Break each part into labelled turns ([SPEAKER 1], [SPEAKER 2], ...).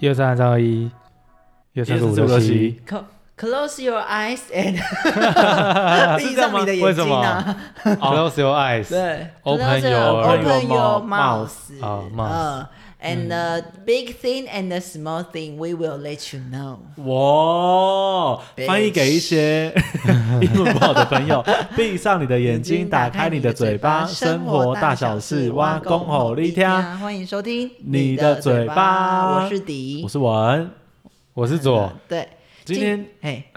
[SPEAKER 1] 一二三，三二一，一二三四五六七，
[SPEAKER 2] Cl- Close your eyes and 闭
[SPEAKER 1] 是这样
[SPEAKER 2] 上
[SPEAKER 1] 吗？
[SPEAKER 2] 你的
[SPEAKER 1] 为什
[SPEAKER 2] 眼睛
[SPEAKER 1] 么
[SPEAKER 2] 啊！
[SPEAKER 1] ？Close your eyes.
[SPEAKER 2] 对
[SPEAKER 1] Open
[SPEAKER 2] Close
[SPEAKER 1] your-
[SPEAKER 2] open your
[SPEAKER 1] your mouth.
[SPEAKER 2] mouth
[SPEAKER 3] Oh,
[SPEAKER 1] 啊
[SPEAKER 2] 呃，and
[SPEAKER 3] Mm.
[SPEAKER 2] the big thing and the small thing we will let you know。
[SPEAKER 3] 哇，
[SPEAKER 2] Bitch
[SPEAKER 3] 翻译给一些英文不好的朋友。闭上你的眼睛，打开你的嘴巴，生活大小事，挖公吼力听。
[SPEAKER 2] 欢迎收听
[SPEAKER 3] 你的嘴巴
[SPEAKER 2] 我是迪
[SPEAKER 3] 我，是 文，
[SPEAKER 1] 我是左，
[SPEAKER 2] 对，
[SPEAKER 3] 今天
[SPEAKER 2] 嘿，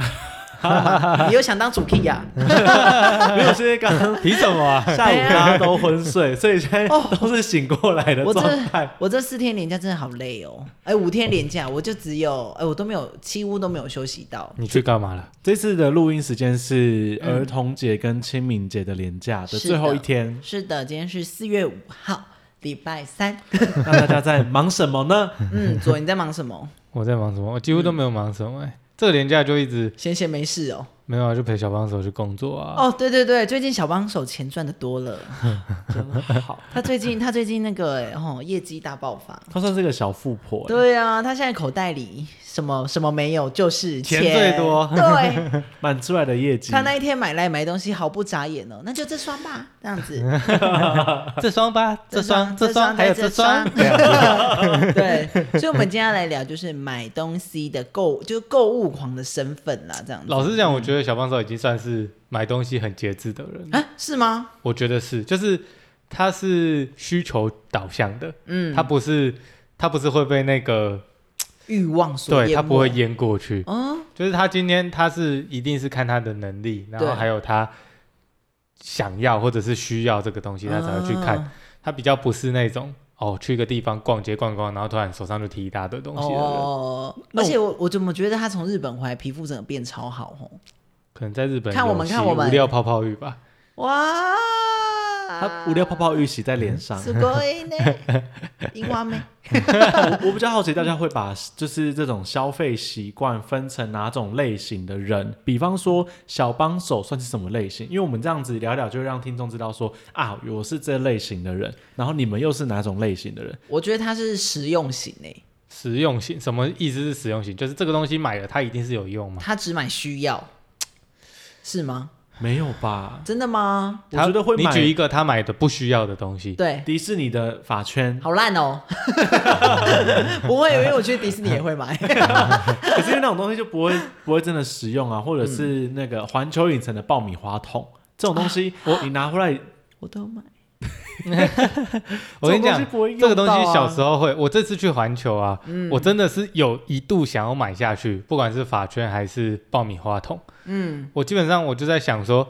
[SPEAKER 2] 你又想当主 key 啊呀？
[SPEAKER 3] 没有，现在刚刚
[SPEAKER 1] 凭什么啊？
[SPEAKER 3] 下午大家都昏睡，所以现在
[SPEAKER 2] 哦
[SPEAKER 3] 都是醒过来的
[SPEAKER 2] 我这
[SPEAKER 3] 状态。
[SPEAKER 2] 我这四天连假真的好累哦，哎，五天连假我就只有哎，我都没有几乎都没有休息到，
[SPEAKER 1] 你去干嘛了？
[SPEAKER 3] 这次的录音时间是儿童节跟清明节的连假的
[SPEAKER 2] 是
[SPEAKER 3] 最后一天，
[SPEAKER 2] 是的，今天是四月五号，礼拜三。
[SPEAKER 3] 那大家在忙什么呢？
[SPEAKER 2] 嗯，左，你在忙什么？
[SPEAKER 1] 我在忙什么？我几乎都没有忙什么、欸。这个年假就一直
[SPEAKER 2] 闲闲没事哦。
[SPEAKER 1] 没有啊，就陪小帮手去工作啊。
[SPEAKER 2] 哦，对对对，最近小帮手钱赚的 多了，
[SPEAKER 3] 真好，
[SPEAKER 2] 他最近他最近那个哎吼、业绩大爆发。
[SPEAKER 3] 她算是个小富婆、欸，
[SPEAKER 2] 对啊，他现在口袋里什么什么没有，就是
[SPEAKER 1] 钱最多
[SPEAKER 2] 对
[SPEAKER 3] 满出来的业绩
[SPEAKER 2] 他。那一天买来买东西毫不眨眼哦，那就这双吧，这样子，
[SPEAKER 1] 这双 吧，这双，这双，还有这双。。
[SPEAKER 2] 对，所以，我们今天要来聊就是买东西的购，就是购物狂的身份啦，这样子。
[SPEAKER 1] 老实讲，我觉得小帮手已经算是买东西很节制的人，
[SPEAKER 2] 啊，是吗？
[SPEAKER 1] 我觉得是，就是他是需求导向的，
[SPEAKER 2] 嗯，
[SPEAKER 1] 他不是他不是会被那个，
[SPEAKER 2] 欲望所淹
[SPEAKER 1] 对
[SPEAKER 2] 没
[SPEAKER 1] 他不会淹过去，
[SPEAKER 2] 哦，
[SPEAKER 1] 就是他今天他是一定是看他的能力，然后
[SPEAKER 2] 对
[SPEAKER 1] 还有他想要或者是需要这个东西，他才会去看。
[SPEAKER 2] 啊
[SPEAKER 1] 他比较不是那种哦，去一个地方逛街逛逛，然后突然手上就提一大堆东西的人，
[SPEAKER 2] 哦，
[SPEAKER 3] 那
[SPEAKER 2] 而
[SPEAKER 3] 我
[SPEAKER 2] 且我我怎么觉得他从日本回来皮肤整个变超好哦？
[SPEAKER 1] 可能在日本
[SPEAKER 2] 看我们
[SPEAKER 1] 有洗
[SPEAKER 2] 看我们
[SPEAKER 1] 无料泡泡浴吧，
[SPEAKER 2] 哇，
[SPEAKER 3] 她无聊泡泡浴洗在脸上，
[SPEAKER 2] すご いね，樱花妹。
[SPEAKER 3] 我 比较好奇，大家会把就是这种消费习惯分成哪种类型的人？比方说小帮手算是什么类型？因为我们这样子聊聊，就会让听众知道说啊，我是这类型的人，然后你们又是哪种类型的人？
[SPEAKER 2] 我觉得他是实用型欸诶，
[SPEAKER 1] 实用性什么意思是实用性？就是这个东西买了它一定是有用嘛？
[SPEAKER 2] 他只买需要，是吗？
[SPEAKER 3] 没有吧？
[SPEAKER 2] 真的吗？
[SPEAKER 3] 我觉得会
[SPEAKER 1] 他你
[SPEAKER 3] 买
[SPEAKER 1] 举一个他买的不需要的东西，
[SPEAKER 2] 对，
[SPEAKER 3] 迪士尼的发圈，
[SPEAKER 2] 好烂哦， 不会，因为我去迪士尼也会买。
[SPEAKER 3] 可是因为那种东西就不会不会真的实用啊，或者
[SPEAKER 1] 嗯
[SPEAKER 3] 是那个环球影城的爆米花桶这种东西，你拿回来，
[SPEAKER 2] 我都买。
[SPEAKER 1] 我跟你讲
[SPEAKER 3] 这种东西不会，用
[SPEAKER 1] 这个东
[SPEAKER 3] 到啊
[SPEAKER 1] 西小时候会，我这次去环球啊，
[SPEAKER 2] 嗯
[SPEAKER 1] 我真的是有一度想要买下去，不管是发圈还是爆米花桶，
[SPEAKER 2] 嗯，
[SPEAKER 1] 我基本上我就在想说，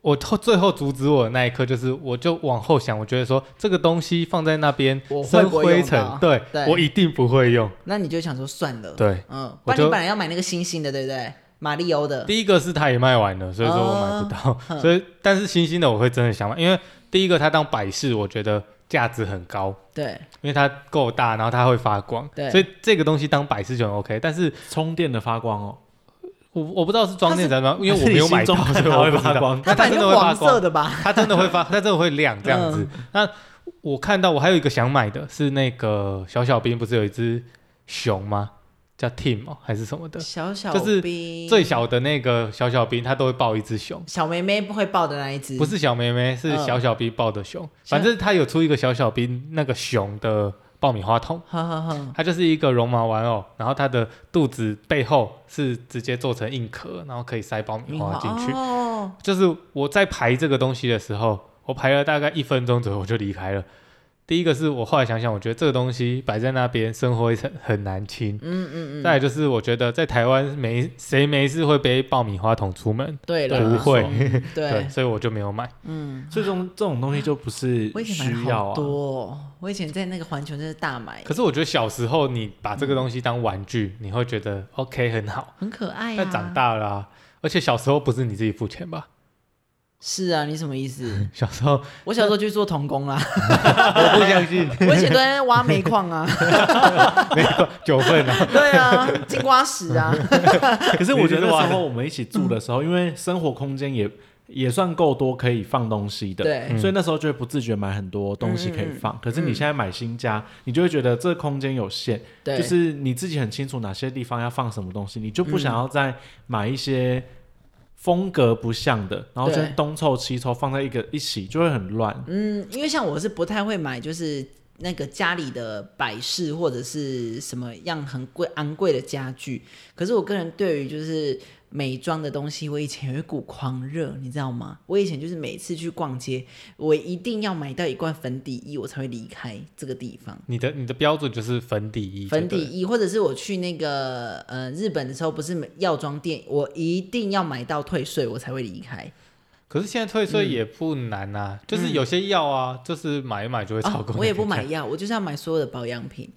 [SPEAKER 1] 我后最后阻止我的那一刻就是，我就往后想，我觉得说这个东西放在那边
[SPEAKER 2] 我会
[SPEAKER 1] 生
[SPEAKER 2] 不会
[SPEAKER 1] 灰
[SPEAKER 2] 用
[SPEAKER 1] 尘
[SPEAKER 2] 到，
[SPEAKER 1] 对
[SPEAKER 2] 对
[SPEAKER 1] 我一定不会用。
[SPEAKER 2] 那你就想说算了。
[SPEAKER 1] 对，
[SPEAKER 2] 嗯，不
[SPEAKER 1] 我
[SPEAKER 2] 然你
[SPEAKER 1] 就
[SPEAKER 2] 本来要买那个星星的，对不对？马里欧的。
[SPEAKER 1] 第一个是它也卖完了，所以说我买
[SPEAKER 2] 哦
[SPEAKER 1] 不到，
[SPEAKER 2] 哼
[SPEAKER 1] 所以但是新兴的我会真的想买，因为第一个它当摆饰，我觉得价值很高。
[SPEAKER 2] 对
[SPEAKER 1] 因为它够大，然后它会发光，
[SPEAKER 2] 对
[SPEAKER 1] 所以这个东西当摆饰就很 OK。但是
[SPEAKER 3] 充电的发光哦，
[SPEAKER 1] 我我不知道是装电还是
[SPEAKER 2] 嗯
[SPEAKER 1] 装，因为
[SPEAKER 3] 还
[SPEAKER 1] 我
[SPEAKER 3] 是
[SPEAKER 1] 没
[SPEAKER 3] 你
[SPEAKER 1] 有买
[SPEAKER 3] 心
[SPEAKER 1] 到，
[SPEAKER 3] 中
[SPEAKER 1] 所以
[SPEAKER 3] 看它
[SPEAKER 1] 我
[SPEAKER 3] 会
[SPEAKER 1] 不知
[SPEAKER 3] 发
[SPEAKER 1] 道
[SPEAKER 3] 光
[SPEAKER 1] 它它
[SPEAKER 2] 反
[SPEAKER 1] 真的
[SPEAKER 2] 正
[SPEAKER 1] 会发
[SPEAKER 2] 黄色
[SPEAKER 1] 光，
[SPEAKER 2] 的嗯吧？
[SPEAKER 1] 它真的会发， 它真的会亮这样子。那我看到我还有一个想买的是那个小小兵，不是有一只熊吗？叫 Tim 哦，还是什么的？
[SPEAKER 2] 小小
[SPEAKER 1] 就是
[SPEAKER 2] 兵
[SPEAKER 1] 最小的那个小小兵，它都会抱一只熊，
[SPEAKER 2] 小妹妹不会抱的那一只，
[SPEAKER 1] 不是小妹妹，是
[SPEAKER 2] 嗯
[SPEAKER 1] 小小兵抱的熊。
[SPEAKER 2] 小
[SPEAKER 1] 反正它有出一个小小兵那个熊的爆米花桶。
[SPEAKER 2] 呵呵呵，
[SPEAKER 1] 它就是一个绒毛玩偶，然后它的肚子背后是直接做成硬壳，然后可以塞爆米花进去。
[SPEAKER 2] 哦，
[SPEAKER 1] 就是我在排这个东西的时候，我排了大概一分钟左右我就离开了。第一个是我后来想想，我觉得这个东西摆在那边生活很很难清。
[SPEAKER 2] 嗯嗯
[SPEAKER 1] 再
[SPEAKER 2] 嗯，
[SPEAKER 1] 来就是我觉得在台湾没谁没事会背爆米花桶出门，
[SPEAKER 2] 对了，
[SPEAKER 1] 不会，
[SPEAKER 2] 对，
[SPEAKER 1] 所以我就没有买。
[SPEAKER 2] 嗯，
[SPEAKER 3] 所以这种这种东西就不是
[SPEAKER 2] 我以前买
[SPEAKER 3] 需
[SPEAKER 2] 了
[SPEAKER 3] 要
[SPEAKER 2] 好
[SPEAKER 3] 啊。
[SPEAKER 2] 多哦，我以前在那个环球真是大买，
[SPEAKER 1] 可是我觉得小时候你把这个东西当玩具，你会觉得 OK 很好，
[SPEAKER 2] 很可爱啊。
[SPEAKER 1] 但长大了啊、而且小时候不是你自己付钱吧？
[SPEAKER 2] 是啊，你什么意思？
[SPEAKER 1] 小时候
[SPEAKER 2] 我小时候去做童工啦，啊
[SPEAKER 1] 我不相信，
[SPEAKER 2] 我以前都在挖煤矿啊，
[SPEAKER 1] 没有九份啊，
[SPEAKER 2] 对啊，金瓜石啊，
[SPEAKER 3] 可是我觉
[SPEAKER 1] 你是
[SPEAKER 3] 得那
[SPEAKER 1] 挖
[SPEAKER 3] 时候我们一起住的时候，因为生活空间也也算够多，可以放东西的，
[SPEAKER 2] 对嗯
[SPEAKER 3] 所以那时候就会不自觉买很多东西可以放。可是你现在买新家，你就会觉得这空间有限，
[SPEAKER 2] 对，
[SPEAKER 3] 就是你自己很清楚哪些地方要放什么东西，你就不想要再买一些风格不像的，然后就
[SPEAKER 2] 对
[SPEAKER 3] 东凑西凑放在一个一起，就会很乱。
[SPEAKER 2] 嗯，因为像我是不太会买，就是那个家里的摆饰或者是什么样很贵昂贵的家具。可是我个人对于就是美妆的东西，我以前有一股狂热，你知道吗？我以前就是每次去逛街，我一定要买到一罐粉底液，我才会离开这个地方。
[SPEAKER 1] 你的你的标准就是粉底液，
[SPEAKER 2] 粉底液，或者是我去那个呃日本的时候，不是药妆店，我一定要买到退税，我才会离开。
[SPEAKER 1] 可是现在退税也不难啊，就是有些药啊，就是买一买就会超
[SPEAKER 2] 嗯哦
[SPEAKER 1] 过、
[SPEAKER 2] 我也不买，药，我就是要买所有的保养品，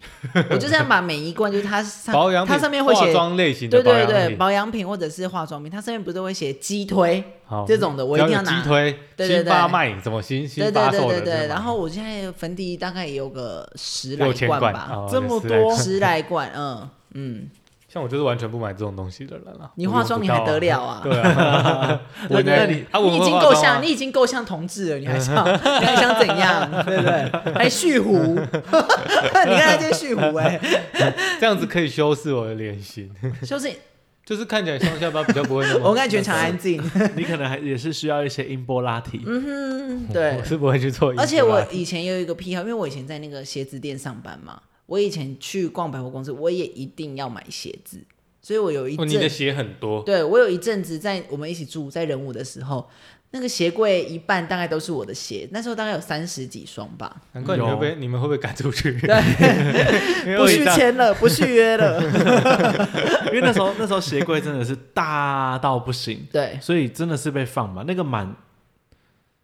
[SPEAKER 2] 我就是要把每一罐，就是 它上
[SPEAKER 1] 保养品
[SPEAKER 2] 它上面会
[SPEAKER 1] 化
[SPEAKER 2] 写，
[SPEAKER 1] 妆类型
[SPEAKER 2] 对
[SPEAKER 1] 的保
[SPEAKER 2] 对对
[SPEAKER 1] 养品，
[SPEAKER 2] 对，保养品或者是化妆品，它上面不都会写击推
[SPEAKER 1] 好
[SPEAKER 2] 这种的，我一定
[SPEAKER 1] 只要有
[SPEAKER 2] 拿
[SPEAKER 1] 鸡。推，
[SPEAKER 2] 对对对
[SPEAKER 1] 新发卖什么新
[SPEAKER 2] 对
[SPEAKER 1] 新
[SPEAKER 2] 对
[SPEAKER 1] 发
[SPEAKER 2] 对
[SPEAKER 1] 售的
[SPEAKER 2] 对
[SPEAKER 1] 就买，
[SPEAKER 2] 对，然后我现在粉底大概也有个十来
[SPEAKER 1] 六千
[SPEAKER 2] 罐
[SPEAKER 1] 罐
[SPEAKER 2] 吧，
[SPEAKER 1] 哦
[SPEAKER 3] 这
[SPEAKER 1] 10来
[SPEAKER 3] 么
[SPEAKER 1] 罐
[SPEAKER 3] 多
[SPEAKER 2] 十来罐，嗯嗯，
[SPEAKER 1] 像我就是完全不买这种东西的人了。
[SPEAKER 2] 你
[SPEAKER 1] 我
[SPEAKER 2] 化
[SPEAKER 1] 用
[SPEAKER 2] 妆
[SPEAKER 1] 不
[SPEAKER 2] 你还
[SPEAKER 1] 到
[SPEAKER 2] 得了啊
[SPEAKER 1] 对 啊，我
[SPEAKER 3] 那
[SPEAKER 1] 在
[SPEAKER 3] 那你
[SPEAKER 1] 啊，我
[SPEAKER 2] 你已
[SPEAKER 1] 会
[SPEAKER 2] 经
[SPEAKER 1] 化
[SPEAKER 2] 够
[SPEAKER 1] 妆啊
[SPEAKER 2] 像，你已经够像同志了，你还想你还想怎样？对不对？还蓄胡， 你看他今天蓄胡哎、
[SPEAKER 1] 这样子可以修饰我的脸型，
[SPEAKER 2] 就是
[SPEAKER 1] 就是看起来上下巴比较不会那么。
[SPEAKER 2] 我刚才全场安静，
[SPEAKER 3] 你可能还也是需要一些音波拉提，
[SPEAKER 2] 嗯哼，对
[SPEAKER 1] 我。是不会去做。
[SPEAKER 2] 而且我以前有一个癖好，因为我以前在那个鞋子店上班嘛，我以前去逛百货公司，我也一定要买鞋子，所以我有一
[SPEAKER 1] 哦，
[SPEAKER 2] 阵、
[SPEAKER 1] 你的鞋很多，
[SPEAKER 2] 对我有一阵子在我们一起住在仁武的时候，那个鞋柜一半大概都是我的鞋，那时候大概有三十几双吧，
[SPEAKER 1] 难怪你会被你们会被赶出去。 因为
[SPEAKER 2] 不
[SPEAKER 1] 我
[SPEAKER 2] 续
[SPEAKER 1] 一张
[SPEAKER 2] 签了，不续 约了，
[SPEAKER 3] 因为那时候那时候鞋柜真的是大到不行，
[SPEAKER 2] 对，
[SPEAKER 3] 所以真的是被放满，那个满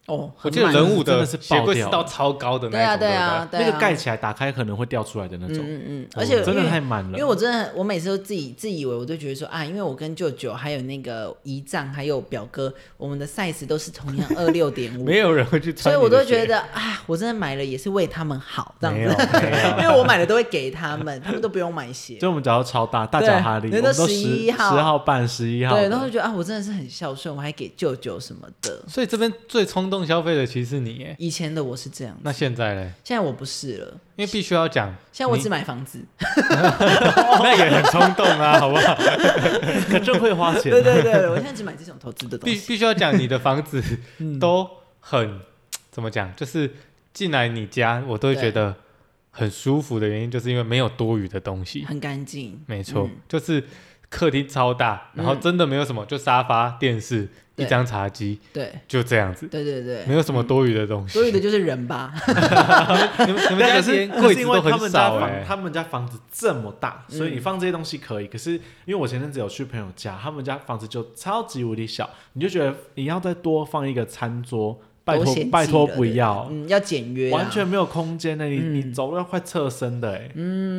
[SPEAKER 2] 哦，
[SPEAKER 1] 我
[SPEAKER 2] 很
[SPEAKER 1] 记得
[SPEAKER 2] 慢
[SPEAKER 1] 人物
[SPEAKER 3] 真的是爆
[SPEAKER 1] 鞋柜是
[SPEAKER 3] 掉
[SPEAKER 1] 到
[SPEAKER 3] 了
[SPEAKER 1] 超高的
[SPEAKER 2] 对
[SPEAKER 1] 那
[SPEAKER 2] 啊
[SPEAKER 1] 一种，
[SPEAKER 2] 对
[SPEAKER 1] 不
[SPEAKER 2] 啊对啊，
[SPEAKER 3] 那个盖起来打开可能会掉出来的那
[SPEAKER 2] 嗯
[SPEAKER 3] 种，哦
[SPEAKER 2] 嗯嗯，而且
[SPEAKER 3] 真的
[SPEAKER 2] 因为
[SPEAKER 3] 太满
[SPEAKER 2] 因
[SPEAKER 3] 了。
[SPEAKER 2] 为我真的，我每次都自己自以为，我就觉得说啊，因为我跟舅舅还有那个姨丈还有表哥，我们的 size 都是同样二六点 五
[SPEAKER 1] 没，有人会去
[SPEAKER 2] 所
[SPEAKER 1] 穿
[SPEAKER 2] 以
[SPEAKER 1] 你的鞋。
[SPEAKER 2] 我都觉得啊，我真的买了也是为他们好这样
[SPEAKER 1] 没
[SPEAKER 2] 子，
[SPEAKER 1] 有没有
[SPEAKER 2] 因为我买了都会给他们，他们都不用买鞋。
[SPEAKER 3] 就我们脚超大，大
[SPEAKER 2] 对
[SPEAKER 3] 脚哈利，我
[SPEAKER 2] 那
[SPEAKER 3] 们
[SPEAKER 2] 都
[SPEAKER 3] 都
[SPEAKER 2] 11
[SPEAKER 3] 十
[SPEAKER 2] 号
[SPEAKER 3] 十号半、十一号的，
[SPEAKER 2] 对，然后就觉得啊，我真的是很孝顺，我还给舅舅什么的。
[SPEAKER 1] 所以这边最冲动消费的其实是你耶，
[SPEAKER 2] 以前的我是这样子，
[SPEAKER 1] 那现在嘞？
[SPEAKER 2] 现在我不是了，
[SPEAKER 1] 因为必须要讲，
[SPEAKER 2] 现在我
[SPEAKER 1] 你哦
[SPEAKER 2] 只买房子。
[SPEAKER 1] 那也很冲动啊，好不好？
[SPEAKER 3] 可真会花钱。啊
[SPEAKER 2] 对对对，我现在只买这种投资的东
[SPEAKER 1] 必
[SPEAKER 2] 西。
[SPEAKER 1] 必须要 讲，你的房子都很怎么讲？就是进来你家，我都会觉得很舒服的原因，就是因为没有多余的东西。
[SPEAKER 2] 很干净，
[SPEAKER 1] 没错，就是客厅超大，然后真的没有什么，就沙发、电视、
[SPEAKER 2] 对
[SPEAKER 1] 一张茶几，
[SPEAKER 2] 对
[SPEAKER 1] 就这样子，
[SPEAKER 2] 对对对，
[SPEAKER 1] 没有什么多余的东西。
[SPEAKER 2] 所以的就是人吧，
[SPEAKER 1] 你们你
[SPEAKER 3] 你
[SPEAKER 1] 们家
[SPEAKER 3] 可是
[SPEAKER 1] 连
[SPEAKER 3] 可
[SPEAKER 1] 柜
[SPEAKER 3] 是
[SPEAKER 1] 子
[SPEAKER 3] 因为
[SPEAKER 1] 都
[SPEAKER 3] 他
[SPEAKER 1] 很
[SPEAKER 3] 们家
[SPEAKER 1] 少
[SPEAKER 3] 房、
[SPEAKER 1] 哎、
[SPEAKER 3] 欸他们家房子这么大，
[SPEAKER 2] 嗯
[SPEAKER 3] 所以你放这些东西可以。可是因为我前阵子有去朋友家，他们家房子就超级无敌小，你就觉得你要再多放一个餐桌，拜
[SPEAKER 2] 都
[SPEAKER 3] 托
[SPEAKER 2] 嫌弃
[SPEAKER 3] 拜托
[SPEAKER 2] 了
[SPEAKER 3] 不
[SPEAKER 2] 对
[SPEAKER 3] 要，
[SPEAKER 2] 嗯，要简约啊，嗯
[SPEAKER 3] 完全没有空间的，你你走到快侧身的，哎，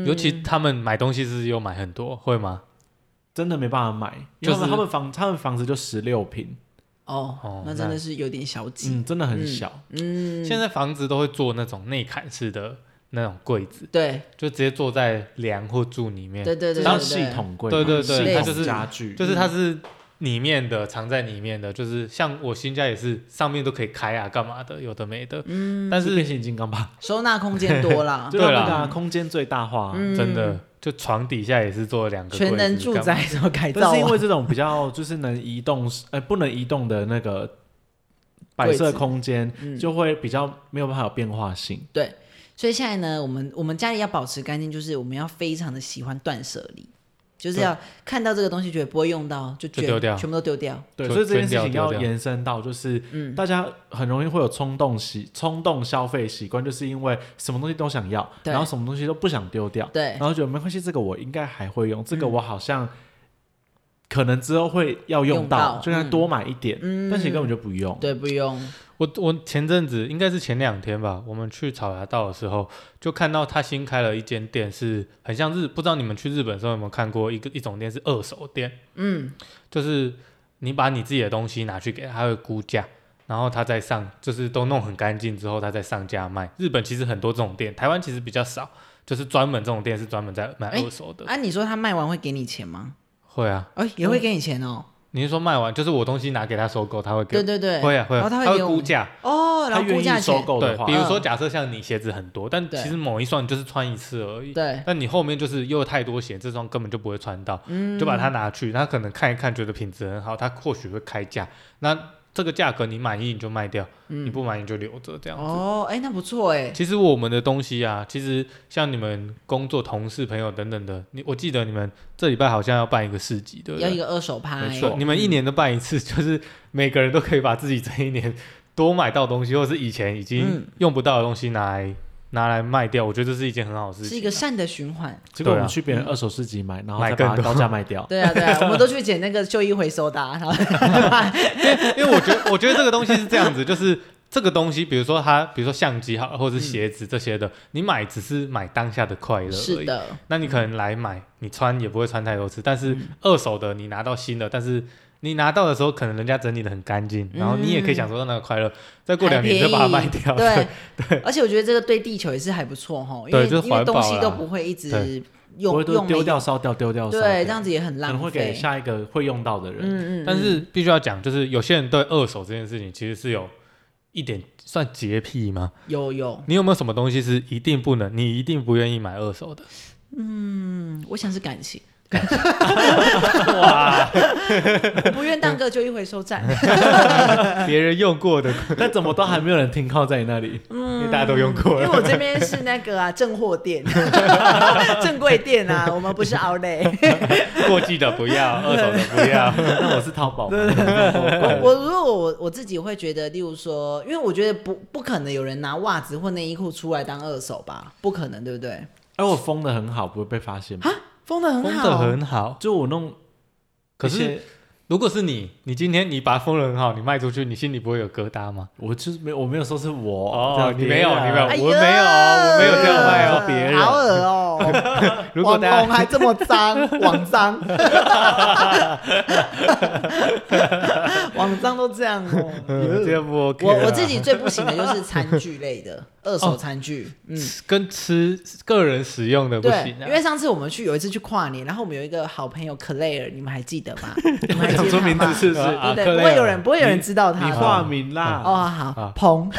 [SPEAKER 1] 尤其他们买东西是不是又买很多，会吗？
[SPEAKER 3] 真的没办法买，因为
[SPEAKER 1] 就
[SPEAKER 3] 他们
[SPEAKER 1] 是
[SPEAKER 3] 他们房他们房子就十六平，
[SPEAKER 2] 哦
[SPEAKER 1] 哦，
[SPEAKER 2] 那真的是有点小挤，
[SPEAKER 3] 嗯，真的很小，
[SPEAKER 2] 嗯，
[SPEAKER 1] 现在房子都会做那种内砍式的那种柜子，
[SPEAKER 2] 对
[SPEAKER 1] 就直接坐在梁或柱里面。
[SPEAKER 2] 对对对，
[SPEAKER 3] 当
[SPEAKER 2] 对
[SPEAKER 3] 系，统柜嘛，
[SPEAKER 1] 对对
[SPEAKER 2] 对
[SPEAKER 3] 系
[SPEAKER 2] 它
[SPEAKER 3] 统
[SPEAKER 1] 就是
[SPEAKER 3] 家具，嗯
[SPEAKER 1] 就是它是里面的，藏在里面的，就是像我新家也是上面都可以开啊，干嘛的，有的没的。嗯，但
[SPEAKER 3] 是
[SPEAKER 1] 是
[SPEAKER 3] 变形金刚吧
[SPEAKER 2] 对，收纳空间多啦，
[SPEAKER 3] 就让那
[SPEAKER 1] 对
[SPEAKER 3] 个
[SPEAKER 1] 啦
[SPEAKER 3] 啊空间最大化啊。
[SPEAKER 2] 嗯
[SPEAKER 1] 真的就床底下也是做了两个柜子
[SPEAKER 2] 全能住，
[SPEAKER 1] 干
[SPEAKER 2] 宅
[SPEAKER 1] 嘛
[SPEAKER 2] 怎么改造
[SPEAKER 3] 但是因
[SPEAKER 2] 啊
[SPEAKER 3] 为？这种比较就是能移动，呃，不能移动的那个摆
[SPEAKER 2] 柜
[SPEAKER 3] 设
[SPEAKER 2] 子
[SPEAKER 3] 空间，
[SPEAKER 2] 嗯
[SPEAKER 3] 就会比较没有办法有变化性。
[SPEAKER 2] 对，所以现在呢，我们我们家里要保持干净，就是我们要非常的喜欢断舍离，就是要看到这个东西觉得不会用到就
[SPEAKER 1] 就
[SPEAKER 2] 捐
[SPEAKER 1] 丢掉
[SPEAKER 2] 全部都丢掉，
[SPEAKER 3] 对，
[SPEAKER 1] 就
[SPEAKER 3] 所以这件事
[SPEAKER 1] 捐
[SPEAKER 3] 情
[SPEAKER 1] 掉
[SPEAKER 3] 要
[SPEAKER 1] 丢掉
[SPEAKER 3] 延伸到，就是
[SPEAKER 2] 嗯，
[SPEAKER 3] 大家很容易会有冲动习、冲动消费习惯，就是因为什么东西都想要，
[SPEAKER 2] 对
[SPEAKER 3] 然后什么东西都不想丢掉，
[SPEAKER 2] 对
[SPEAKER 1] 哦
[SPEAKER 3] 然，后觉得没关系，这个我应该还会用，这
[SPEAKER 2] 嗯
[SPEAKER 3] 个我好像可能之后会要用
[SPEAKER 2] 用到嗯
[SPEAKER 3] 就算多买一点，但是你根本就不用。
[SPEAKER 2] 对，不用，
[SPEAKER 1] 我我前阵子应该是前两天吧，我们去草芽道的时候，就看到他新开了一间店，是很像日，不知道你们去日本的时候有没有看过一个一种店是二手店，
[SPEAKER 2] 嗯，
[SPEAKER 1] 就是你把你自己的东西拿去给他，他会估价，然后他再上，就是都弄很干净之后，他再上架卖。日本其实很多这种店，台湾其实比较少，就是专门这种店是专门在卖
[SPEAKER 2] 哎
[SPEAKER 1] 二手的。
[SPEAKER 2] 啊，你说他卖完会给你钱吗？
[SPEAKER 1] 会啊，
[SPEAKER 2] 哦，也会给你钱哦。
[SPEAKER 1] 你是说卖完就是我东西拿给他收购，他会给
[SPEAKER 2] 对
[SPEAKER 1] 我？
[SPEAKER 2] 对对，
[SPEAKER 1] 会啊会
[SPEAKER 2] 然
[SPEAKER 1] 啊，
[SPEAKER 2] 后他
[SPEAKER 1] 会
[SPEAKER 2] 给我
[SPEAKER 1] 估
[SPEAKER 2] 们
[SPEAKER 1] 价。
[SPEAKER 2] 哦，然
[SPEAKER 3] 他
[SPEAKER 2] 后估
[SPEAKER 3] 愿
[SPEAKER 2] 价
[SPEAKER 3] 意收
[SPEAKER 2] 钱，
[SPEAKER 3] 购
[SPEAKER 1] 对
[SPEAKER 3] 的话，，
[SPEAKER 1] 比如说
[SPEAKER 2] 嗯
[SPEAKER 1] 假设像你鞋子很多，但
[SPEAKER 2] 对
[SPEAKER 1] 其实某一双你就是穿一次而已。
[SPEAKER 2] 对，
[SPEAKER 1] 但你后面就是又有太多鞋，这双根本就不会穿到，
[SPEAKER 2] 嗯
[SPEAKER 1] 就把它拿去，他可能看一看，觉得品质很好，他或许会开价。那这个价格你满意你就卖掉，你不满意你就留着这样子。
[SPEAKER 2] 嗯哦，哎，那不错哎，
[SPEAKER 1] 其实我们的东西啊，其实像你们工作、同事、朋友等等的，你我记得你们这礼拜好像要办一个市集，对不
[SPEAKER 2] 要一
[SPEAKER 1] 对？
[SPEAKER 2] 个二手拍，
[SPEAKER 1] 没错，你们一
[SPEAKER 2] 嗯
[SPEAKER 1] 年都办一次，就是每个人都可以把自己这一年多买到东西，或是以前已经
[SPEAKER 2] 嗯
[SPEAKER 1] 用不到的东西拿来拿来卖掉，我觉得这是一件很好的事情啊。
[SPEAKER 2] 是一个善的循环。
[SPEAKER 3] 结果我
[SPEAKER 1] 对啊
[SPEAKER 3] 们去
[SPEAKER 2] 嗯
[SPEAKER 3] 别人二手市集买，然后
[SPEAKER 1] 买
[SPEAKER 3] 再把
[SPEAKER 1] 更
[SPEAKER 3] 它
[SPEAKER 1] 多
[SPEAKER 3] 高价卖掉。
[SPEAKER 2] 对啊，对啊，我们都去捡那个旧衣回收的啊，然 后
[SPEAKER 1] 因为我觉得，我觉得这个东西是这样子，就是这个东西，比如说它，比如说相机好，
[SPEAKER 2] 嗯
[SPEAKER 1] 或者是鞋子这些的，你买只是买当下的快乐而已。
[SPEAKER 2] 是。的，
[SPEAKER 1] 那你可能来买，你穿也不会穿太多次，但是
[SPEAKER 2] 嗯
[SPEAKER 1] 二手的你拿到新的，但是你拿到的时候，可能人家整理的很干净，然后你
[SPEAKER 2] 嗯
[SPEAKER 1] 也可以享受到那个快乐。再过两年你就把它卖掉。
[SPEAKER 2] 对对，而且我觉得这个对地球也是还不错哈，因
[SPEAKER 1] 对
[SPEAKER 2] 为
[SPEAKER 1] 就是
[SPEAKER 2] 因为
[SPEAKER 1] 环保
[SPEAKER 2] 东
[SPEAKER 1] 啦
[SPEAKER 2] 西都不会一直
[SPEAKER 1] 对
[SPEAKER 3] 不
[SPEAKER 2] 用
[SPEAKER 3] 会都
[SPEAKER 2] 用没
[SPEAKER 3] 丢掉、烧掉、丢掉、烧掉，
[SPEAKER 2] 对，这样子也很
[SPEAKER 3] 可能
[SPEAKER 2] 浪
[SPEAKER 3] 会给
[SPEAKER 2] 费。
[SPEAKER 3] 下一个会用到的人。
[SPEAKER 2] 嗯嗯，
[SPEAKER 1] 但
[SPEAKER 2] 嗯
[SPEAKER 1] 是必须要讲，就是有些人对二手这件事情其实是有一点算洁癖吗？
[SPEAKER 2] 有有，
[SPEAKER 1] 你有没有什么东西是一定不能，你一定不愿意买二 手的？
[SPEAKER 2] 嗯我想是 感情，
[SPEAKER 1] 哇！
[SPEAKER 2] 不愿当个旧衣回收 站。
[SPEAKER 1] 别人用过 的，
[SPEAKER 3] 但怎么都还没有人停靠在你那里，
[SPEAKER 2] 嗯
[SPEAKER 1] 因为大家都用过
[SPEAKER 2] 因为
[SPEAKER 1] 了。
[SPEAKER 2] 我这边是那个啊，正 货店、正柜店啊，我们不是 Outlet。
[SPEAKER 1] 过季的不要，二手的不要。
[SPEAKER 3] 那我是淘宝吗。
[SPEAKER 2] 我我如果我我自己会觉得，例如说，因为我觉得不不可能有人拿袜子或内衣裤出来当二手吧，不可能，对不对？
[SPEAKER 3] 而我封的很好，不会被发现吗。
[SPEAKER 2] 封的很
[SPEAKER 1] 封
[SPEAKER 2] 好，
[SPEAKER 1] 的很好，
[SPEAKER 3] 就我弄
[SPEAKER 1] 可
[SPEAKER 3] 一
[SPEAKER 1] 是
[SPEAKER 3] 些，
[SPEAKER 1] 如果是你，你今天你把它封的很好，你卖出去，你心里不会有疙瘩 吗？
[SPEAKER 3] 我就是没有，我没有说是我
[SPEAKER 1] 哦
[SPEAKER 3] 这样
[SPEAKER 1] 你没有
[SPEAKER 3] 别人啊
[SPEAKER 1] 你没有
[SPEAKER 2] 哎呀
[SPEAKER 1] 我没有我没有这样卖哦别人
[SPEAKER 2] 好恶哦、
[SPEAKER 1] 如果
[SPEAKER 2] 网
[SPEAKER 1] 大
[SPEAKER 2] 红
[SPEAKER 1] 家
[SPEAKER 2] 还这么脏，网脏，网脏都这样 哦、
[SPEAKER 1] 嗯这样不 OK，
[SPEAKER 2] 我我
[SPEAKER 1] 啊
[SPEAKER 2] 自己最不行的就是餐具类的，二
[SPEAKER 1] 哦
[SPEAKER 2] 手餐具，嗯，
[SPEAKER 1] 跟吃个人使用的不
[SPEAKER 2] 对
[SPEAKER 1] 行，
[SPEAKER 2] 因
[SPEAKER 1] 啊。
[SPEAKER 2] 为上次我们去有一次去跨年，然后我们有一个好朋友 Claire，你们还记得 吗？你们还
[SPEAKER 3] 讲
[SPEAKER 2] 记
[SPEAKER 3] 出
[SPEAKER 2] 得
[SPEAKER 3] 名
[SPEAKER 2] 吗
[SPEAKER 3] 字？是不是？
[SPEAKER 1] 啊
[SPEAKER 2] 对对，
[SPEAKER 1] Claire
[SPEAKER 2] 不会有人不会有人知道
[SPEAKER 3] 你
[SPEAKER 2] 他的。
[SPEAKER 3] 化名啦，
[SPEAKER 2] 哦，
[SPEAKER 1] 啊
[SPEAKER 2] 好，鹏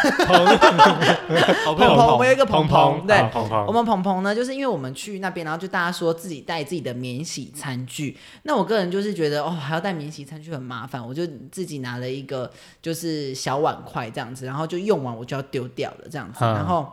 [SPEAKER 3] 好朋
[SPEAKER 2] 鹏
[SPEAKER 3] 友
[SPEAKER 2] 鹏，我们有一个鹏
[SPEAKER 1] 鹏，
[SPEAKER 2] 对
[SPEAKER 1] 啊，鹏
[SPEAKER 2] 我
[SPEAKER 1] 鹏，
[SPEAKER 2] 们鹏鹏呢，就是因为我们去那边，然后就大家说自己带自己的免洗餐具。那我个人就是觉得哦，还要带免洗餐具很麻烦，我就自己拿了一个就是小碗筷这样子，然后就用完我就要丢掉了这样子。
[SPEAKER 1] 嗯
[SPEAKER 2] 然后，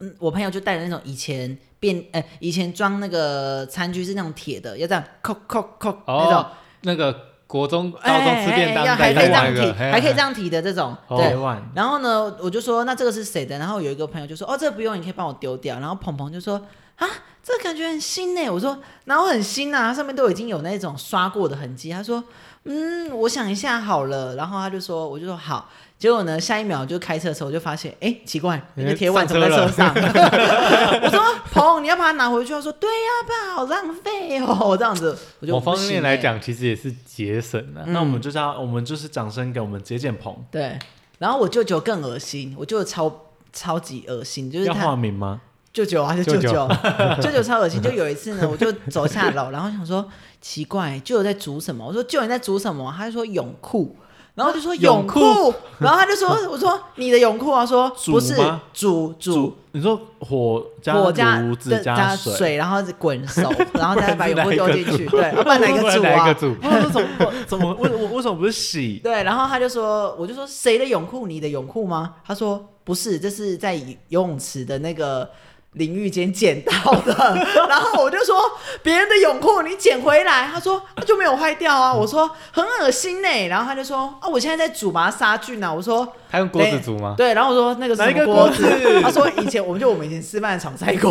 [SPEAKER 2] 嗯，我朋友就带了那种以前变呃以前装那个餐具是那种铁的，要这样扣扣扣那种
[SPEAKER 1] 哦，，那个国中、
[SPEAKER 2] 哎
[SPEAKER 1] 高中吃便当
[SPEAKER 2] 哎哎
[SPEAKER 1] 带
[SPEAKER 2] 要还可以这
[SPEAKER 1] 那
[SPEAKER 2] 样
[SPEAKER 1] 个，
[SPEAKER 2] 提，
[SPEAKER 1] 嘿
[SPEAKER 2] 还可以这。样提的这种，
[SPEAKER 1] 哦
[SPEAKER 2] 对
[SPEAKER 3] 台。湾
[SPEAKER 2] 然后呢，我就说那这个是谁的？然后有一个朋友就说哦，这个不用，你可以帮我丢掉。然后鹏鹏就说啊，这个感觉很新呢。我说哪有很新啊？它上面都已经有那种刷过的痕迹。他说嗯，我想一下好了。然后他就说，我就说好。结果呢，下一秒就开车的时候，我就发现哎，奇怪，那个铁碗怎么在车上？ 我说鹏，你要把它拿回去？他说对呀、爸，好浪费哦，这样子。我就
[SPEAKER 1] 某方
[SPEAKER 2] 不行
[SPEAKER 1] 面来
[SPEAKER 2] 欸，
[SPEAKER 1] 讲，其实也是节省啊。
[SPEAKER 3] 那我
[SPEAKER 2] 嗯
[SPEAKER 3] 们就是要，我们就是掌声给我们节俭鹏，
[SPEAKER 2] 对。然后我舅舅更恶心，我舅舅超超级恶心，就是
[SPEAKER 3] 要
[SPEAKER 2] 他
[SPEAKER 3] 化名吗？
[SPEAKER 2] 舅舅啊，是舅
[SPEAKER 1] 舅舅
[SPEAKER 2] 舅，舅舅超恶心。就有一次呢，我就走下楼，然后想说奇怪，舅舅在煮什么？我说舅你在煮什么？他就说泳裤。然后我就说
[SPEAKER 1] 泳
[SPEAKER 2] 泳
[SPEAKER 1] 裤
[SPEAKER 2] 裤，然后他就说：“我说你的泳裤啊，他说
[SPEAKER 3] 煮
[SPEAKER 2] 不是
[SPEAKER 3] 吗
[SPEAKER 2] 煮煮
[SPEAKER 3] 你说火加
[SPEAKER 2] 火加
[SPEAKER 3] 炉
[SPEAKER 2] 对
[SPEAKER 3] 子
[SPEAKER 2] 加
[SPEAKER 3] 水，
[SPEAKER 2] 水，然后滚熟，然后再把
[SPEAKER 1] 是
[SPEAKER 2] 泳
[SPEAKER 1] 哪
[SPEAKER 2] 裤
[SPEAKER 1] 一
[SPEAKER 2] 丢
[SPEAKER 1] 个
[SPEAKER 2] 进
[SPEAKER 1] 煮
[SPEAKER 2] 去，对，不然哪
[SPEAKER 1] 不
[SPEAKER 2] 个
[SPEAKER 1] 然
[SPEAKER 2] 煮
[SPEAKER 1] 哪一
[SPEAKER 2] 啊
[SPEAKER 1] 个？组？
[SPEAKER 3] 我想说怎么怎么为我为什么不是洗？
[SPEAKER 2] 对，然后他就说，我就说谁的泳裤？你的泳裤吗？他说不是，这是在游泳池的那个淋浴间捡到的。 然后我就说别人的泳裤你捡回来，他说啊就没有坏掉啊。我说很恶心呢、然后他就说啊我现在在煮嘛杀菌啊。我说
[SPEAKER 1] 他用锅子煮吗？
[SPEAKER 2] 对，然后我说那个是
[SPEAKER 3] 哪一
[SPEAKER 2] 什么
[SPEAKER 3] 个
[SPEAKER 2] 锅
[SPEAKER 3] 锅子
[SPEAKER 2] 他说以前我们就我们以前吃饭的炒菜锅。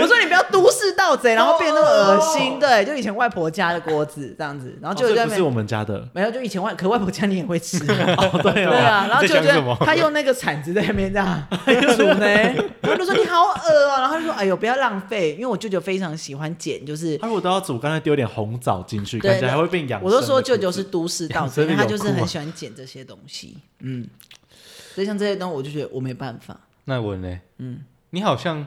[SPEAKER 2] 我说你不要都市盗贼，然后变那么恶心。对，就以前外婆家的锅子这样子，然后就
[SPEAKER 3] 哦
[SPEAKER 2] 有
[SPEAKER 3] 这
[SPEAKER 2] 在
[SPEAKER 3] 不
[SPEAKER 2] 那
[SPEAKER 3] 是
[SPEAKER 2] 边
[SPEAKER 3] 我们家的，
[SPEAKER 2] 没有，就以前外可外婆家你也 会吃啊。
[SPEAKER 3] 哦，对
[SPEAKER 2] 对
[SPEAKER 3] 哦，
[SPEAKER 2] 啊，然后
[SPEAKER 1] 你
[SPEAKER 2] 就
[SPEAKER 1] 在
[SPEAKER 2] 觉
[SPEAKER 1] 想什么
[SPEAKER 2] 得他用那个铲子在那边 这样
[SPEAKER 3] 哎
[SPEAKER 2] 煮呢， 然后就说你好恶哦、然后他就说哎呦不要浪费，因为我舅舅非常喜欢捡，就是
[SPEAKER 3] 他啊如果都要煮，刚才丢点红枣进去，
[SPEAKER 2] 对
[SPEAKER 3] 感觉还会变养生的
[SPEAKER 2] 我
[SPEAKER 3] 裤子。
[SPEAKER 2] 都说舅舅是都市盗
[SPEAKER 3] 养
[SPEAKER 2] 贼，
[SPEAKER 3] 生的
[SPEAKER 2] 因为他
[SPEAKER 3] 有
[SPEAKER 2] 就是
[SPEAKER 3] 酷啊
[SPEAKER 2] 很喜欢捡这些东西，嗯，所以像这些东西我就觉得我没办法，
[SPEAKER 1] 那文嘞，嗯，你好像